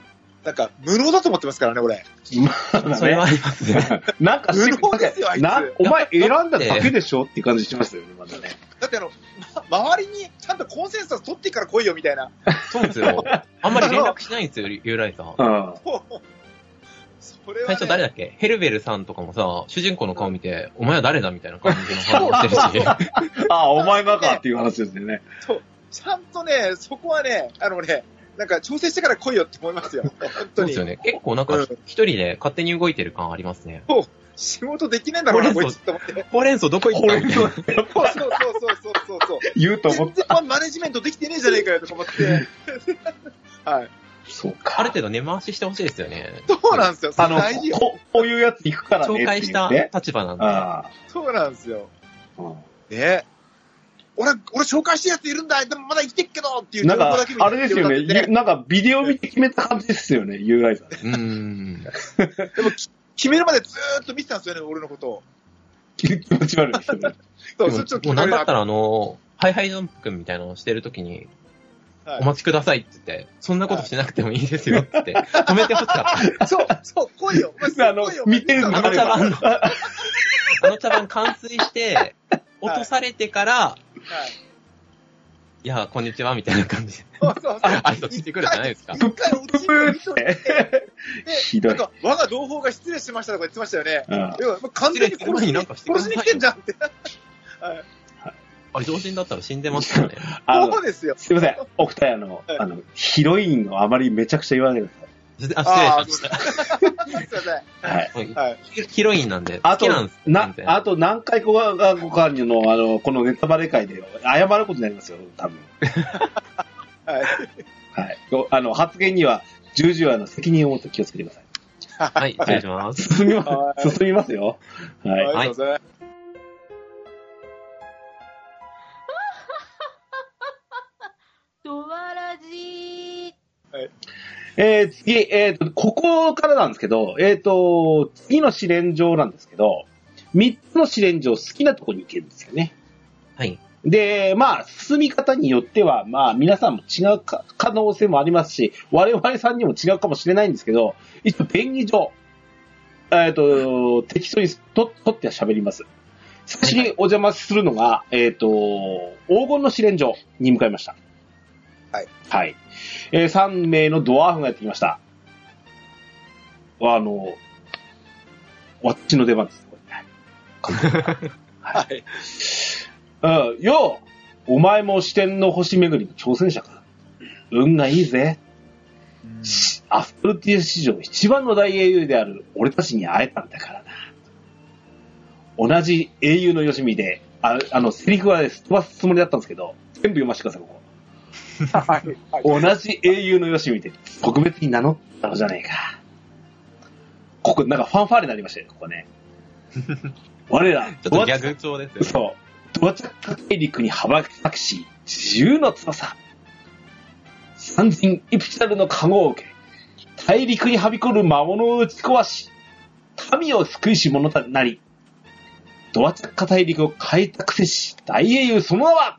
Speaker 1: なんか無能だと思ってますからね、俺。
Speaker 2: それはありますね。
Speaker 3: なんか
Speaker 1: 無能ですよあいつ
Speaker 3: なお前選んだだけでしょっていう感じしますよね、まだね。
Speaker 1: だってあの、ま周りにちゃんとコンセンサス取ってから来いよ、みたいな。
Speaker 2: そうですよ。あんまり連絡しないんですよ、ユーライザー。
Speaker 3: うん。
Speaker 1: もう それは、 ね、
Speaker 2: 最初誰だっけヘルベルさんとかもさ、主人公の顔見て、お前は誰だみたいな感じの反応してるし。
Speaker 3: あ、お前がかっていう話ですよね。
Speaker 1: ちゃんとね、そこはね、あのね、なんか調整してから来いよって思いますよ。本
Speaker 2: そ
Speaker 1: 当
Speaker 2: うで
Speaker 1: に。
Speaker 2: すよね。結構なん
Speaker 1: う
Speaker 2: か
Speaker 1: ん、
Speaker 2: 一人で勝手に動いてる感ありますね。
Speaker 1: 仕事できねえんだろうな、こ
Speaker 2: ほうれ
Speaker 1: い
Speaker 2: ん
Speaker 1: つと思って。
Speaker 2: ほうれん草どこ行っ
Speaker 3: こ
Speaker 2: た
Speaker 3: れ
Speaker 2: みたい
Speaker 3: ぞ
Speaker 2: な。
Speaker 1: そう そうそうそうそうそう。
Speaker 3: 言うと思
Speaker 1: 全
Speaker 3: っ
Speaker 1: 然
Speaker 3: た。
Speaker 1: マネジメントできてねえじゃねえかよとか思 って。はい。
Speaker 3: そう
Speaker 2: あ
Speaker 3: か。
Speaker 2: る程度根回ししてほしいですよね。
Speaker 1: そうなんですよ。
Speaker 3: あの
Speaker 1: 大事、よ。
Speaker 3: ここういうやつ行くからね。
Speaker 2: 紹介した
Speaker 3: っていうね
Speaker 2: 立場なんで。
Speaker 3: あ
Speaker 1: そうなんですよ。
Speaker 3: あ。うん
Speaker 1: ね俺、俺紹介したやついるんだ。でもまだ生きてっけどっていう
Speaker 3: な
Speaker 1: 情
Speaker 3: ん
Speaker 1: 報
Speaker 3: か
Speaker 1: だけ、見
Speaker 3: あれですよね。
Speaker 1: てもらって
Speaker 3: ゆなんか、ビデオ見て決めた感じですよね、ユーライザー。
Speaker 2: うーん。
Speaker 1: 決めるまでずーっと見てたんですよね、俺のことを。
Speaker 3: 気持ち悪いですよね。
Speaker 1: そう、
Speaker 2: で
Speaker 1: それちょっと
Speaker 2: ももうなんだった
Speaker 1: ら、
Speaker 2: らあの、ハイハイジャンプくんみたいなのをしてるときに、
Speaker 1: はい
Speaker 2: お待ちくださいって言って、そんなことしなくてもいいですよって言って、止めてほしかっ
Speaker 1: そう、そう、来いよ。お前
Speaker 3: あの
Speaker 1: 来いよ、
Speaker 3: 見てるの
Speaker 2: た。あ
Speaker 3: があ
Speaker 2: の
Speaker 3: れ
Speaker 2: 茶
Speaker 3: ば。
Speaker 2: 番の、あの茶番完遂して、落とされてから、
Speaker 1: はい
Speaker 2: い、や、こんにちはみたいな感じで、
Speaker 1: そうそう そう。
Speaker 2: 挨拶してくるじゃないですか。
Speaker 1: 一回落ちる人で、
Speaker 3: ひど
Speaker 1: ないん。か、我が同胞が失礼しましたとか言ってましたよね。
Speaker 3: うん
Speaker 1: 要はもう完全に殺しに
Speaker 2: なん
Speaker 1: 殺
Speaker 2: かしてくだ
Speaker 1: し
Speaker 2: さい
Speaker 1: に来てんじゃんって。
Speaker 2: あ、常人だったら死んでますよね。
Speaker 3: あ
Speaker 1: そ
Speaker 3: の
Speaker 1: う、ですよ。
Speaker 3: すいません。お二人、あの
Speaker 1: はい、
Speaker 3: あの、ヒロインをあまりめちゃくちゃ言わないでく
Speaker 2: あ、失礼しました。
Speaker 1: そうですよね。
Speaker 3: ださい。はい。
Speaker 1: はい。
Speaker 2: ヒロインなんで、好
Speaker 3: あと
Speaker 2: きなんです、、
Speaker 3: な
Speaker 2: 全、然
Speaker 3: あと何回後か、後かにの、あの、このネタバレ会で謝ることになりますよ、多分。
Speaker 1: はい。
Speaker 3: はい。あの、発言には、十々はあの責任を持って気をつけてください。
Speaker 2: はい、失礼します。
Speaker 3: 進みま
Speaker 1: は
Speaker 3: す。進みますよ。はい。
Speaker 1: ありがとうございます。
Speaker 5: ドワラジー。
Speaker 3: えー、次、えーと、ここからなんですけど、えーと、次の試練場なんですけど、3つの試練場好きなとこに行けるんですよね。
Speaker 2: はい。
Speaker 3: で、まあ、進み方によっては、まあ、皆さんも違うか可能性もありますし、我々さんにも違うかもしれないんですけど、一応、便宜上、えっ、と、適当にと取っては喋ります。最初にお邪魔するのが、えっ、と、黄金の試練場に向かいました。
Speaker 1: はい。
Speaker 3: はい。えー、3名のドワーフがやってきました。あの、私の出番です。
Speaker 1: はい。
Speaker 3: うん、ようお前も四天の星巡りの挑戦者か。運がいいぜ。しアストルティア史上一番の大英雄である俺たちに会えたんだからな。同じ英雄のよしみで、ああの、セリフはねすっ飛ばすつもりだったんですけど、全部読ませてください、ここ。
Speaker 1: はい。
Speaker 3: 同じ英雄のよしみで、特別に名乗ったのじゃねえか。ここ、なんかファンファーレになりましたよ、こ こね。我
Speaker 2: ちょ
Speaker 3: ら、
Speaker 2: っとギャグ調ですよね。
Speaker 3: そう。ドアチャック大陸に羽ばたくし、自由の翼。三人イプチャルの加護を受け、大陸にはびこる魔物を打ち壊し、民を救いし者となり、ドアチャック大陸を開拓せし、大英雄その名は、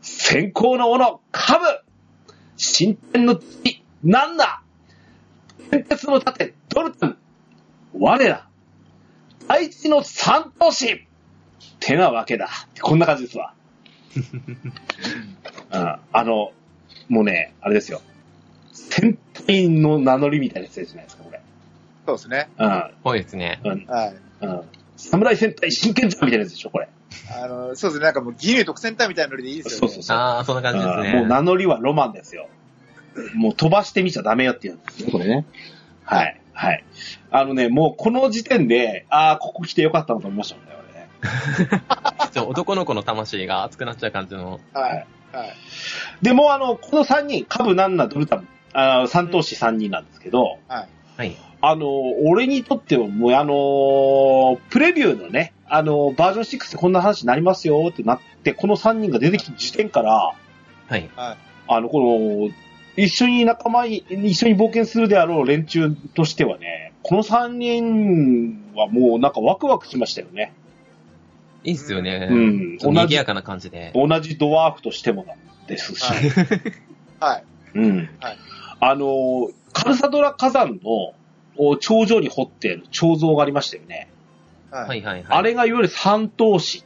Speaker 3: 先行の斧、カブ新天の月、なんだ天鉄の盾、ドルタン我ら、大地の三都市てなわけだ。こんな感じです わ。うんあの、もうね、あれですよ。戦隊の名乗りみたいなやつじゃないですか、これ。
Speaker 1: そうですね。
Speaker 3: うん
Speaker 2: そうですね。
Speaker 1: はい。
Speaker 3: うん。侍戦隊真剣者みたいなやつでしょ、これ。
Speaker 1: あの、そうですね。なんかもう、ギリ特選隊みたいなノリでいいですよね。
Speaker 3: そうそうそう。
Speaker 2: ああ、そんな感じです
Speaker 3: うん
Speaker 2: ね。
Speaker 3: もう名乗りはロマンですよ。もう飛ばしてみちゃダメよっていうやつですね、これね。はい、はい。あのね、もうこの時点で、ああ、ここ来てよかったなと思いましたもんね、俺ね。
Speaker 2: ちょ男の子の魂が熱くなっちゃう感じの。
Speaker 1: はい。はい。
Speaker 3: でもうあの、この3人、カブ、ナンナ、ドルタム、あー三投資3人なんですけど、
Speaker 1: はい。
Speaker 2: はい。
Speaker 3: あの、俺にとってはもうあのープレビューのね、あのーバージョン6でこんな話になりますよってなって、この3人が出てきた時点から、
Speaker 2: はい。
Speaker 3: あの、この、一緒に仲間に、一緒に冒険するであろう連中としてはね、この3人はもうなんかワクワクしましたよね。
Speaker 2: いいっすよね。
Speaker 3: うん
Speaker 2: ちょっと
Speaker 3: 同
Speaker 2: 賑
Speaker 3: じ
Speaker 2: やかな感じで。
Speaker 3: 同じドワーフとしてもなんですし、
Speaker 1: はい。 はい。
Speaker 3: うん。
Speaker 1: はい
Speaker 3: あの、カルサドラ火山のお頂上に掘ってある彫像がありましたよね。
Speaker 1: は。
Speaker 2: はいいはいはい。
Speaker 3: あれがいわゆる三頭身。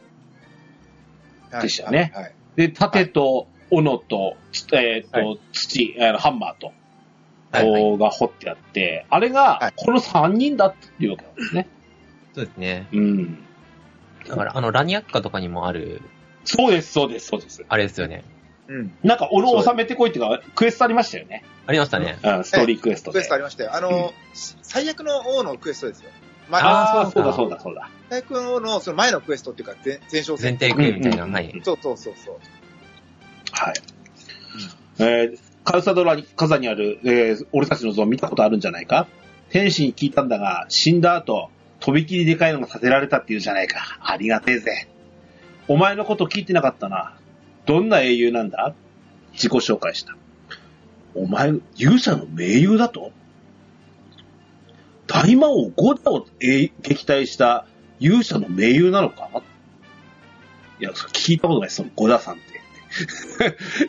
Speaker 3: でしたね
Speaker 1: はい。
Speaker 3: で、盾と斧と、つえーと、
Speaker 1: は
Speaker 3: 土、あのハンマーと、
Speaker 2: はいはい
Speaker 3: おが掘ってあって、あれが
Speaker 1: はい、
Speaker 3: この3人だっていうわけなんですね。
Speaker 2: そうですね。
Speaker 3: うん。
Speaker 2: だから、あの、ラニアッカとかにもある、
Speaker 3: そうです、そうです、そうです。
Speaker 2: あれですよね。
Speaker 1: うん。
Speaker 3: なんか、斧を収めてこいっていうか、クエストありましたよね。
Speaker 2: ありましたね。
Speaker 3: うん、ストーリークエスト
Speaker 1: ク
Speaker 3: で。
Speaker 1: エストありましたよ。あの、最悪の王のクエストですよ。ま
Speaker 2: あー
Speaker 3: そうだそうだそうだ。
Speaker 1: 大君のその前のクエストっていうか、前前哨
Speaker 2: 前
Speaker 1: 戦。
Speaker 2: 提食いみたいな、
Speaker 3: うんうん
Speaker 2: はい。
Speaker 1: そうそうそうそう。
Speaker 3: はい。えーカルサドラに、カザにある、えー俺たちの像見たことあるんじゃないか天使に聞いたんだが、死んだ後、とびきりでかいのが建てられたっていうじゃないか。ありがてえぜ。お前のこと聞いてなかったな。どんな英雄なんだ自己紹介した。お前、勇者の名優だと大魔王ゴダをえー撃退した勇者の名優なのかいや、それ聞いたことない、そのゴダさんって。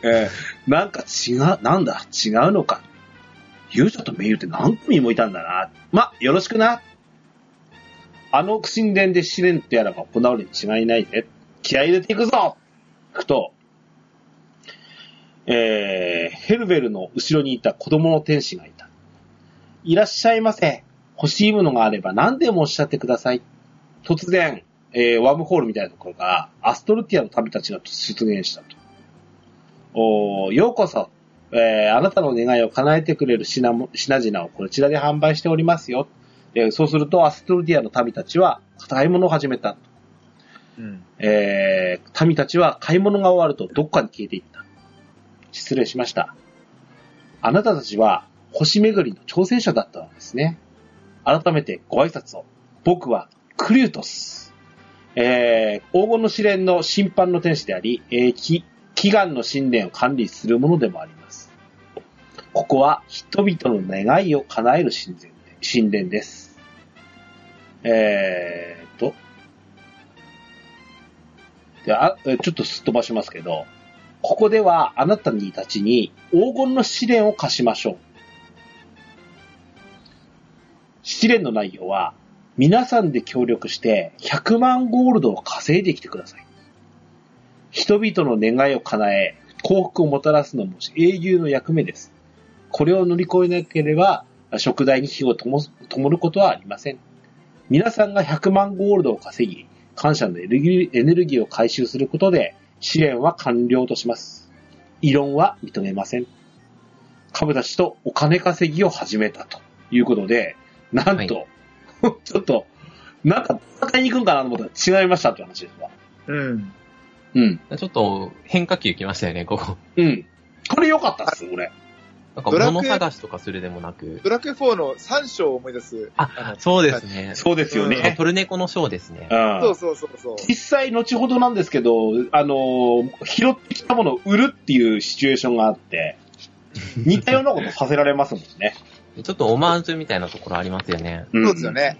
Speaker 3: えーなんか違う、なんだ、違うのか。勇者と名優って何組もいたんだな。ま、よろしくな。あの神殿で試練ってやらが行われに違いないぜ。気合い入れていくぞくと、えー、ヘルベルの後ろにいた子供の天使がいた。いらっしゃいませ。欲しいものがあれば何でもおっしゃってください。突然、えー、ワームホールみたいなところが、アストルティアの旅たちが出現したと。おーようこそ、えーあなたの願いを叶えてくれる品も品々をこちらで販売しておりますよ。えーそうすると、アストルティアの民たちは買い物を始めた。
Speaker 1: うん。
Speaker 3: えー民たちは買い物が終わるとどっかに消えていった。失礼しました。あなたたちは星巡りの挑戦者だったのですね。改めてご挨拶を。僕はクリュートス。えー黄金の試練の審判の天使であり、えーき祈願の神殿を管理するものでもあります。ここは人々の願いを叶える神殿で神殿です。えーと、であえちょっとすっ飛ばしますけど、ここではあなたにたちに黄金の試練を課しましょう。試練の内容は、皆さんで協力して100万ゴールドを稼いできてください。人々の願いを叶え、幸福をもたらすのも英雄の役目です。これを乗り越えなければ、食代に火を灯す灯ることはありません。皆さんが100万ゴールドを稼ぎ、感謝のエネルギーエネルギーを回収することで、試練は完了とします。異論は認めません。株出しとお金稼ぎを始めたということで、なんと、 ちょっと、なんか戦いに行くんかなと思ったら違いましたって話ですわ。
Speaker 1: うん。
Speaker 3: うん。
Speaker 2: ちょっと変化球来ましたよね、ここ。
Speaker 3: うん。これ良かったっす、俺。
Speaker 2: なんか
Speaker 1: ドラクエ
Speaker 2: 物探しとかするでもなく。
Speaker 1: ドラクエ4の3章を思い出す。
Speaker 2: あ、そうですね。
Speaker 3: そうです
Speaker 1: う
Speaker 3: よ
Speaker 2: なんか
Speaker 3: ね。
Speaker 2: トルネコのショーですね
Speaker 3: う。ん。
Speaker 1: そうそうそうそう。
Speaker 3: 実際、後ほどなんですけど、あのー拾ってきたものを売るっていうシチュエーションがあって、似たようなことさせられますもんね。
Speaker 2: ちょっとオマージュみたいなところありますよね。
Speaker 3: うん
Speaker 1: そうですよ。ね。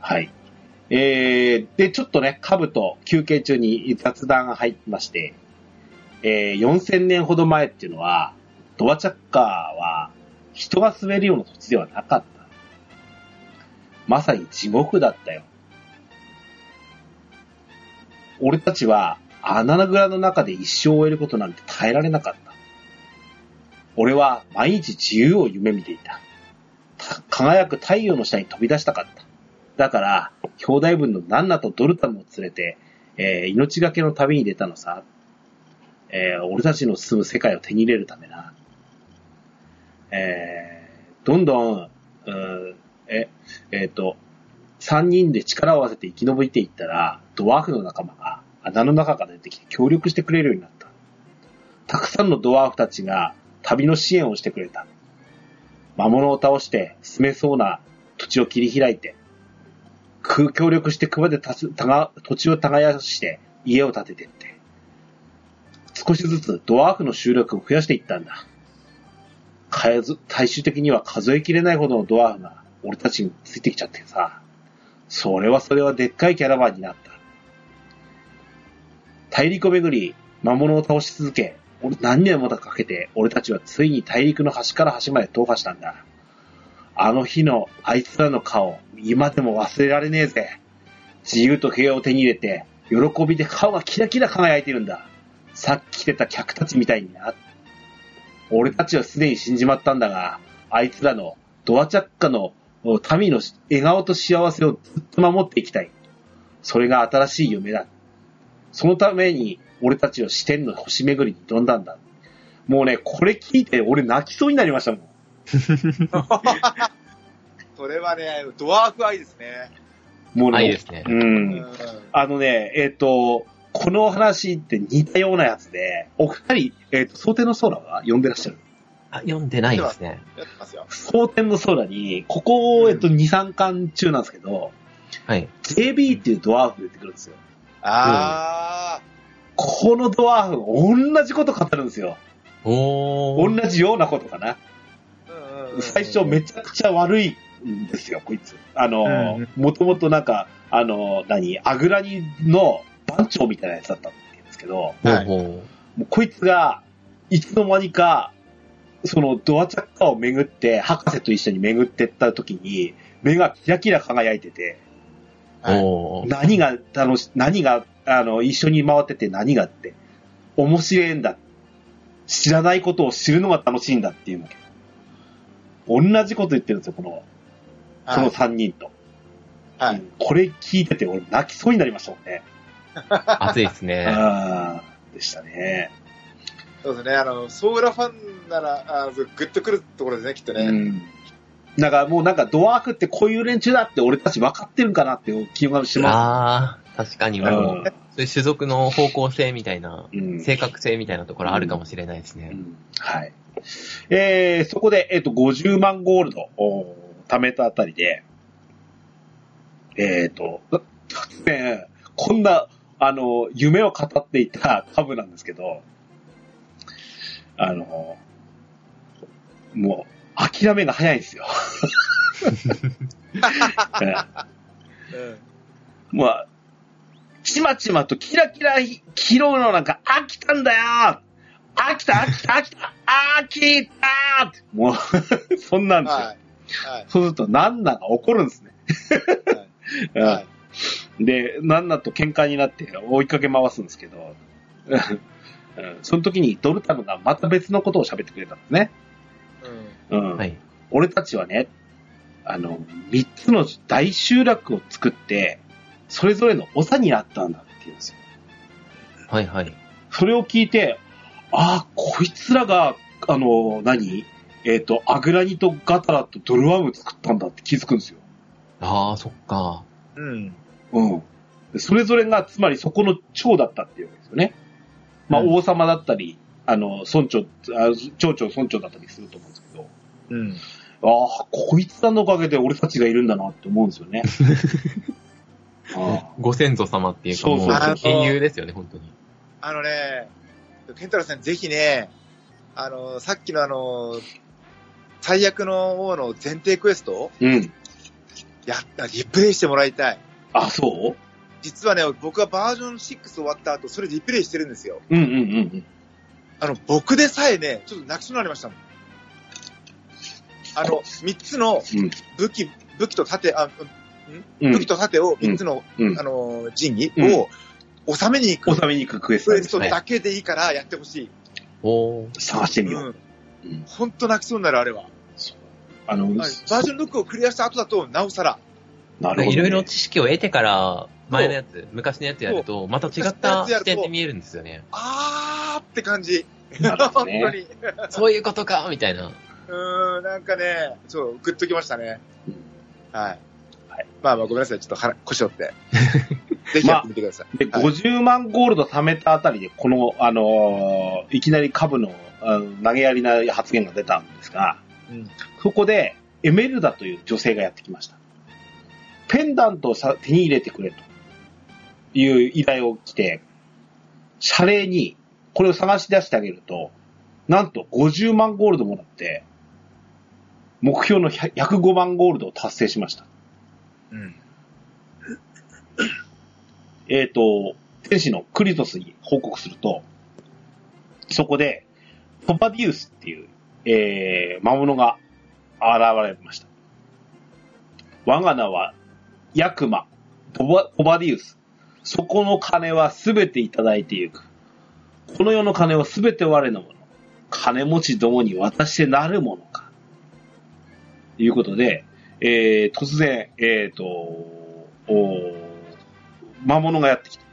Speaker 3: はい。えー、で、ちょっとね、兜休憩中に雑談が入ってまして、えー、4000年ほど前っていうのは、ドアチャッカーは人が滑るような土地ではなかった。まさに地獄だったよ。俺たちは穴蔵の中で一生を終えることなんて耐えられなかった。俺は毎日自由を夢見ていた。た輝く太陽の下に飛び出したかった。だから、兄弟分のナンナとドルタムを連れて、えー命がけの旅に出たのさ。えー俺たちの住む世界を手に入れるためな。えーどんどん、うーえ、えっ、と、三人で力を合わせて生き延びていったら、ドワーフの仲間が穴の中から出てきて協力してくれるようになった。たくさんのドワーフたちが旅の支援をしてくれた。魔物を倒して住めそうな土地を切り開いて、く協力して熊でたすたが土地を耕して家を建ててって。少しずつドワーフの集落を増やしていったんだ。数最終的には数えきれないほどのドワーフが俺たちについてきちゃってさ。それはそれはでっかいキャラバンになった。大陸を巡り、魔物を倒し続け、俺何年もかけて俺たちはついに大陸の端から端まで踏破したんだ。あの日のあいつらの顔、今でも忘れられねえぜ。自由と平和を手に入れて、喜びで顔がキラキラ輝いてるんだ。さっき来てた客たちみたいにな。俺たちはすでに死んじまったんだが、あいつらのドアチャッカのお民の笑顔と幸せをずっと守っていきたい。それが新しい夢だ。そのために俺たちは視点の星巡りに挑んだんだ。もうね、これ聞いて俺泣きそうになりましたもん。
Speaker 1: それはね、ドワーフアイですね。
Speaker 3: もう
Speaker 2: あ、いい
Speaker 3: ね
Speaker 2: で、すね。
Speaker 3: うん。あのね、えっ、と、この話って似たようなやつで、お二人、えっ、と、蒼天の空は呼んでらっしゃる
Speaker 2: あ、読んでないですね。
Speaker 1: やってますよ。
Speaker 3: 蒼天の空に、ここ、えっ、と、2、3巻中なんですけど、
Speaker 2: はい。
Speaker 3: JB っていうドワーフ出てくるんですよ。
Speaker 1: あ
Speaker 3: このドワーフ、同じこと語るんですよ。
Speaker 2: お
Speaker 3: 同
Speaker 2: ー。
Speaker 3: じようなことかな。
Speaker 1: ー。うんうんうん
Speaker 3: 最初めちゃくちゃ悪いんですよ、こいつ。あの
Speaker 1: うん、
Speaker 3: もともとなんか、あの、何、アグラニの番長みたいなやつだったんですけど、
Speaker 2: ほう
Speaker 1: はい
Speaker 2: ほ
Speaker 3: もうこいつが、いつの間にか、そのドアチャッカーを巡って、博士と一緒に巡ってった時に、目がキラキラ輝いてて、
Speaker 2: う。
Speaker 1: はい
Speaker 2: おー。
Speaker 3: 何が楽し、何が、あの、一緒に回ってて何がって、面白いんだ。知らないことを知るのが楽しいんだっていうの。同じこと言ってるんですよ、この、こ
Speaker 1: は
Speaker 3: の
Speaker 1: い
Speaker 3: 3人と。
Speaker 1: は
Speaker 3: う
Speaker 1: い。
Speaker 3: んこれ聞いてて、俺泣きそうになりましたもんね。
Speaker 2: 熱いですね。
Speaker 3: ああ、でしたね。
Speaker 1: そうですね、あの、ソーラファンなら、あーそうグッとくるところですね、きっとね。
Speaker 3: うん。だからもうなんかドワークってこういう連中だって俺たち分かってるんかなっていう気がし
Speaker 2: あ
Speaker 3: ま
Speaker 2: ー、確かに
Speaker 3: す。
Speaker 2: もう、そういう種族の方向性みたいな、
Speaker 3: うんうん
Speaker 2: 正確性みたいなところあるかもしれないです
Speaker 3: う
Speaker 2: ね。
Speaker 3: んはい。えー、そこで、えっ、と、50万ゴールドを貯めたあたりで、えっ、と、突然、こんな、あの、夢を語っていた 株なんですけど、あの、もう、諦めが早いんですよ。え
Speaker 1: うん
Speaker 3: もう、ちまちまとキラキラ拾うのなんか飽きたんだよ飽きた飽きた飽きた飽きたもう、 そんなんですよ。
Speaker 1: はい。はい。
Speaker 3: そうすると、なんなが怒るんですね。うん
Speaker 1: はい。
Speaker 3: で、なんなと喧嘩になって追いかけ回すんですけど、うんその時にドルタムがまた別のことを喋ってくれたんですね。
Speaker 1: うん
Speaker 3: うん
Speaker 2: はい。
Speaker 3: 俺たちはね、あの、三つの大集落を作って、それぞれの長になったんだって言うんですよ。
Speaker 2: はいはい。
Speaker 3: それを聞いて、ああ、こいつらが、あの、何えっ、と、アグラニとガタラとドルワーム作ったんだって気づくんですよ。
Speaker 2: あー、そっか。
Speaker 1: うん。
Speaker 3: うん。でそれぞれが、つまりそこの長だったっていうわけですよね。まあ、
Speaker 2: うん
Speaker 3: 王様だったり、あの、村長、あ町長村長だったりすると思うんですけど、
Speaker 1: うん。
Speaker 3: ああ、こいつらのおかげで俺たちがいるんだなって思うんですよね。ああ
Speaker 2: ご先祖様っていうか、も
Speaker 3: そう
Speaker 2: う
Speaker 3: そう
Speaker 1: そう、
Speaker 2: 親友ですよね、本当に。
Speaker 1: あのね、ケンタロウさん、ぜひね、あの、さっきのあの、最悪の王の前提クエストを
Speaker 3: うん。
Speaker 1: やった、リプレイしてもらいたい。
Speaker 3: あ、そう
Speaker 1: 実はね、僕はバージョン6終わった後、それリプレイしてるんですよ。
Speaker 3: うんうんうんうん。
Speaker 1: あの、僕でさえね、ちょっと泣きそうになりましたもん。あの、三つの
Speaker 3: うん
Speaker 1: 武器、武器と盾、あ、
Speaker 3: う
Speaker 1: 武
Speaker 3: ん
Speaker 1: 器。と盾を三つの、
Speaker 3: うん
Speaker 1: あ。の、神器
Speaker 3: うん
Speaker 1: を収めに行く
Speaker 3: 収めに行くクエスト
Speaker 1: クエ
Speaker 3: で
Speaker 1: ス
Speaker 3: す
Speaker 1: ト
Speaker 3: ね。
Speaker 1: だけでいいからやってほしい。
Speaker 2: おー。
Speaker 3: 探してみよう。
Speaker 1: うん。
Speaker 3: うん
Speaker 1: ほんと泣きそうになる、あれは。
Speaker 3: あの、
Speaker 1: はいバージョン6をクリアした後だと、なおさら。
Speaker 3: なるほど、ね。
Speaker 2: いろいろ知識を得てから、前のやつ、昔のやつやると、また違った視点で見えるんですよね。
Speaker 1: あーって感じ。
Speaker 3: なるほど
Speaker 1: 本当
Speaker 3: ね
Speaker 1: に。
Speaker 2: そういうことかみたいな。
Speaker 1: うーん、なんかね、そう、グッときましたね。
Speaker 3: うん
Speaker 1: はい。
Speaker 3: はい
Speaker 1: まあまあ、ごめんなさい。ちょっと腹、腰折 って。ぜひやってみてください。
Speaker 3: で、
Speaker 1: はい
Speaker 3: 50万ゴールド貯めたあたりで、この、あのーいきなり株のあの投げやりな発言が出たんですが、
Speaker 1: うん
Speaker 3: そこで、エメルダという女性がやってきました。ペンダントをさ手に入れてくれという依頼を来て、謝礼にこれを探し出してあげると、なんと50万ゴールドもらって、目標の100 105万ゴールドを達成しました。
Speaker 1: うん。
Speaker 3: えっ、と、天使のクリトスに報告すると、そこで、トパディウスっていう、えー、魔物が現れました。我が名は、ヤクマ、トバトバディウス。そこの金はすべていただいてゆく。この世の金はすべて我のもの。金持ちどもに渡してなるものか。ということで、えー、突然、えっ、と、おー魔物がやってきて、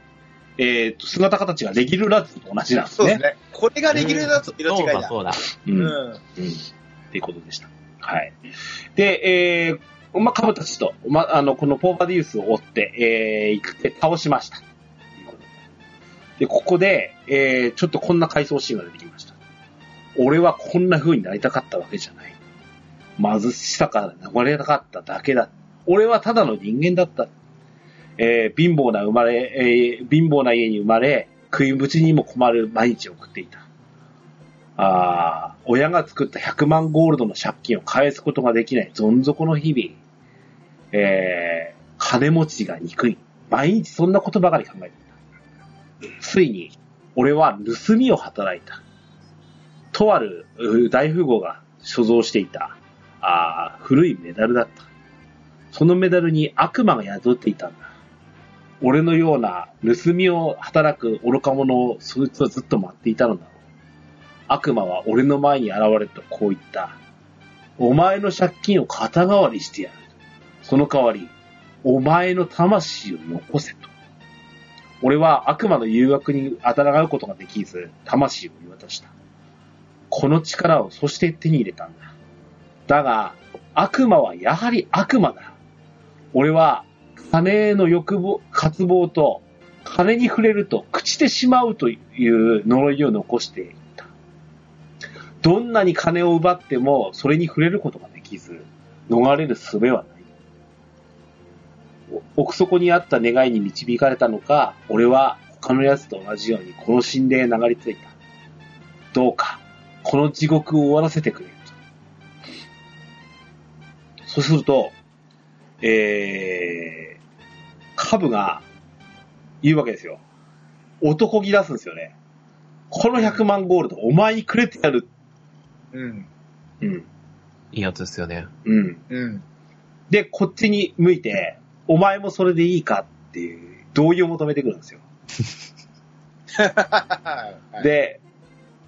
Speaker 3: えーと、姿形がレギュラーズと同じなんです
Speaker 1: そうです
Speaker 3: ね。
Speaker 1: ね。これがレギュレーターと色違い
Speaker 2: そうだ
Speaker 1: だ。
Speaker 2: そうだ。
Speaker 3: う。
Speaker 1: うんん。
Speaker 3: うん。っていうことでした。はい。で、えー、まあ、カブたちと、まあ、あの、このポーバディウスを追って、えー、行って倒しました。で、ここで、えー、ちょっとこんな回想シーンが出てきました。俺はこんな風になりたかったわけじゃない。貧しさから流れたかっただけだ。俺はただの人間だった。えー、貧乏な生まれ、えー、貧乏な家に生まれ、食いぶちにも困る毎日を送っていた。ああ、親が作った100万ゴールドの借金を返すことができない、どん底の日々。えー、金持ちが憎い。毎日そんなことばかり考えていた。ついに、俺は盗みを働いた。とあるう大富豪が所蔵していた、あー古いメダルだった。そのメダルに悪魔が宿っていたんだ。俺のような盗みを働く愚か者をそいつはずっと待っていたのだろう。悪魔は俺の前に現れたこう言った。お前の借金を肩代わりしてやる。その代わり、お前の魂を残せと。俺は悪魔の誘惑にあたらうことができず、魂を見渡した。この力をそして手に入れたんだ。だが、悪魔はやはり悪魔だ。俺は、金の欲望、渇望と、金に触れると朽ちてしまうという呪いを残していた。どんなに金を奪っても、それに触れることができず、逃れる術はない。お奥底にあった願いに導かれたのか、俺は他の奴と同じようにこの神殿へ流れ着いた。どうか、この地獄を終わらせてくれ。そうすると、えー、カブが言うわけですよ。男気出すんですよね。この100万ゴールド、お前にくれてやる。
Speaker 1: うん。
Speaker 3: うん。
Speaker 2: いいやつですよね。
Speaker 3: うん。
Speaker 1: うん。
Speaker 3: で、こっちに向いて、お前もそれでいいかっていう、同意を求めてくるんですよ。
Speaker 1: はい、
Speaker 3: で、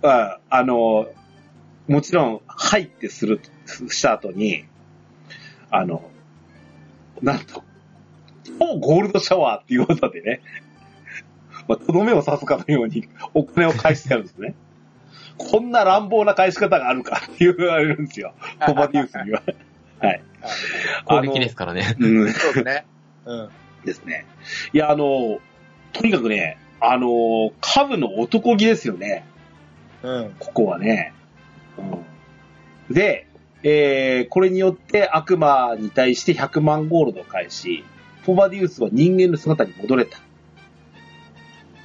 Speaker 3: ああの、もちろん、はいってする、すした後に、あの、なんと、超ゴールドシャワーっていうことでね、 まあとどめを刺すかのようにお金を返してやるんですね。こんな乱暴な返し方があるかって言われるんですよ。コバディウスには。はい。
Speaker 2: 攻撃ですからね。
Speaker 3: あの。うん
Speaker 1: そうですね。うん。
Speaker 3: ですね。いや、あの、とにかくね、あの、株の男気ですよね、
Speaker 1: うん。
Speaker 3: ここはね。うん、で、えー、これによって悪魔に対して100万ゴールドを返し、ポバディウスは人間の姿に戻れた。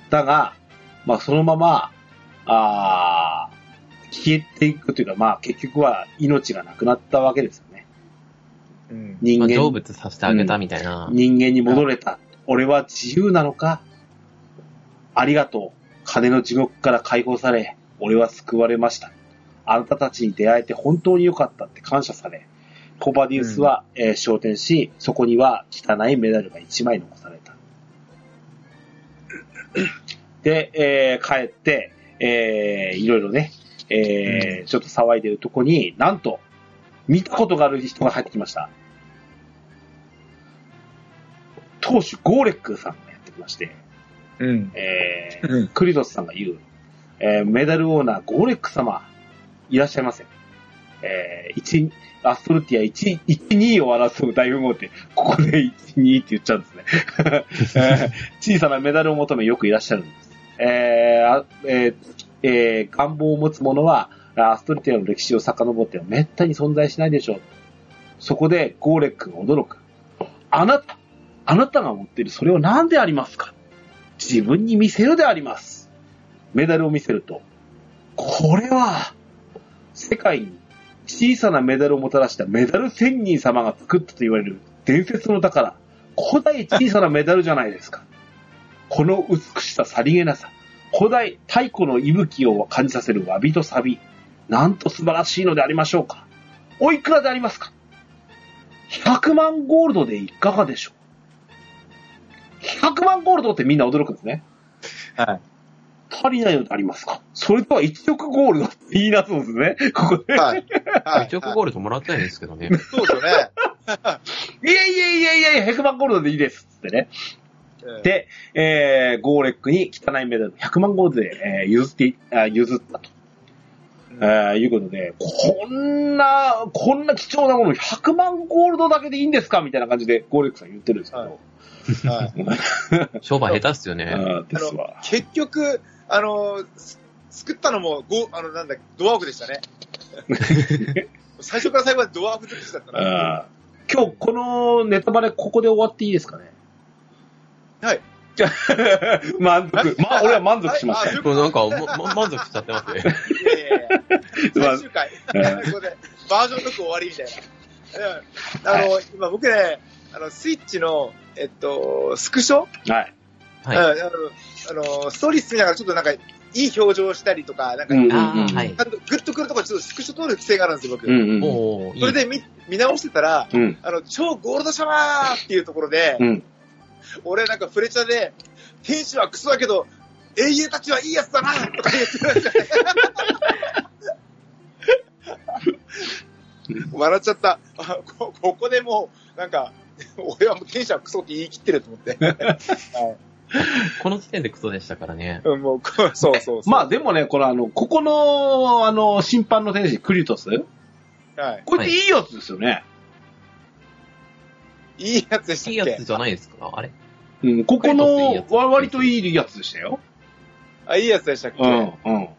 Speaker 3: だが、まあそのまま、あー消えていくというか、まあ結局は命がなくなったわけですよね。
Speaker 1: うん。
Speaker 3: 人
Speaker 2: まあ、
Speaker 3: 間
Speaker 2: 成仏させてあげたみたいな。
Speaker 3: 人間に戻れた。俺は自由なのかありがとう。金の地獄から解放され、俺は救われました。あなたたちに出会えて本当に良かったって感謝され、コバディウスは、えー昇天し、そこには汚いメダルが1枚残された。で、えー帰って、えーいろいろね、えーちょっと騒いでるとこに、なんと、見たことがある人が入ってきました。当主ゴーレックさんがやってきまして、
Speaker 1: うん。
Speaker 3: えー
Speaker 1: うん
Speaker 3: クリドスさんが言う、えーメダルオーナーゴーレック様、いらっしゃいませ。えー、一、アストルティア1、1、2を争う大富豪って、ここで1、2って言っちゃうんですね。えー 小さなメダルを求めよくいらっしゃるんです。えーあえーえー願望を持つ者は、アストルティアの歴史を遡っては滅多に存在しないでしょう。そこでゴーレックが驚く。あなた、あなたが持っているそれは何でありますか自分に見せるであります。メダルを見せると、これは、世界に小さなメダルをもたらしたメダル仙人様が作ったと言われる伝説の宝、古代小さなメダルじゃないですか。この美しさ、さりげなさ、古代太古の息吹を感じさせる詫びとサビ、なんと素晴らしいのでありましょうか。おいくらでありますか ?100 万ゴールドでいかがでしょう100万ゴールドってみんな驚くんですね。
Speaker 1: はい。
Speaker 3: 足りないのでありますかそれとは1億ゴールドって言い出すんですね。ここで。
Speaker 1: はい。はい。
Speaker 2: 1億ゴールドもらったんですけどね。
Speaker 1: そうですよね。
Speaker 3: いやいやいやいやいや、100万ゴールドでいいです。つってね。で、えー、ゴーレックに汚いメダル、100万ゴールドで、えー譲って、あ譲ったと。えー、いうことで、こんな、こんな貴重なもの100万ゴールドだけでいいんですかみたいな感じでゴーレックさん言ってるんですけど。
Speaker 1: はいはい。
Speaker 2: 商売下手っすよね。
Speaker 3: あーですわ。
Speaker 1: 結局、あの、す救ったのも、ご、あの、なんだ、ドワーフで したね。最初から最後までドワーフ尽くしだったな。
Speaker 3: あー今日このネタバレここで終わっていいですかね
Speaker 1: はい。
Speaker 3: じゃあ 満足。ま、俺は満足しました。
Speaker 1: はいあ
Speaker 2: これなんか、ま、ま満足しちゃってますね。
Speaker 1: いやいやいや
Speaker 3: ま
Speaker 1: 最
Speaker 3: あ
Speaker 1: 終回、
Speaker 3: うん
Speaker 1: ここでバージョン6終わりみたいな。うんあの、今僕ね、あの、スイッチの、えっと、スクショ、
Speaker 3: はい。
Speaker 2: はい。
Speaker 1: うんあの、あのストーリー進みながらちょっとなんか、いい表情をしたりとか、なんか、
Speaker 3: うんうん
Speaker 2: あ
Speaker 3: うん
Speaker 2: ーはい
Speaker 1: ち。ゃんとグッとくるところちょっとスクショ撮る癖があるんですよ、僕。
Speaker 3: うんうん。
Speaker 2: おー、いい。
Speaker 1: それで見見直してたら、
Speaker 3: うん。
Speaker 1: あの、超ゴールドシャワーっていうところで、
Speaker 3: うん。
Speaker 1: 俺なんかフレチャで、天使はクソだけど、英雄たちはいいやつだなとか言ってましたね。笑っちゃった。あこここでもう、なんか、俺はもう天使はクソって言い切ってると思って。
Speaker 2: この時点でクソでしたからね。
Speaker 1: うんもう、こうそうそうそう。
Speaker 3: まあでもね、このあの、ここの、あの、審判の天使、クリトス。
Speaker 1: はい。
Speaker 3: これっていいやつですよね。
Speaker 1: いいやつでした
Speaker 2: い
Speaker 1: っ
Speaker 2: い
Speaker 1: け
Speaker 2: やつじゃないですかあれ
Speaker 3: うん。ここ
Speaker 2: クリトスいい
Speaker 3: の
Speaker 2: や、つ
Speaker 3: わ割といいやつでしたよ。
Speaker 1: あ、いいやつでしたっけ、
Speaker 3: うん。うん。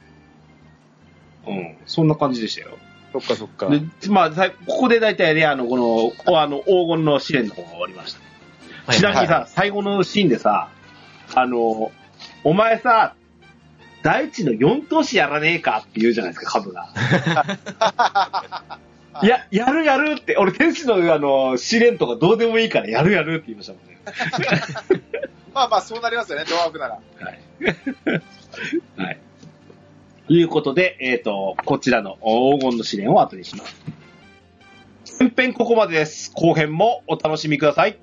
Speaker 3: うん。そんな感じでしたよ。
Speaker 1: そっかそっか。
Speaker 3: で、まあ、さここで大体ね、あの、この、こあの、黄金の試練の方が終わりました。
Speaker 2: はい
Speaker 3: ちなみにさ、
Speaker 2: はい
Speaker 3: 最後のシーンでさ、あの、お前さ、大地の4投手やらねえかって言うじゃないですか、株が。いや、やるやるって、俺、天使のあの試練とかどうでもいいから、やるやるって言いましたもんね。
Speaker 1: まあまあ、そうなりますよね、ドワーフなら。
Speaker 3: はい。 ということで、えっ、と、こちらの黄金の試練を後にします。前編ここまでです。後編もお楽しみください。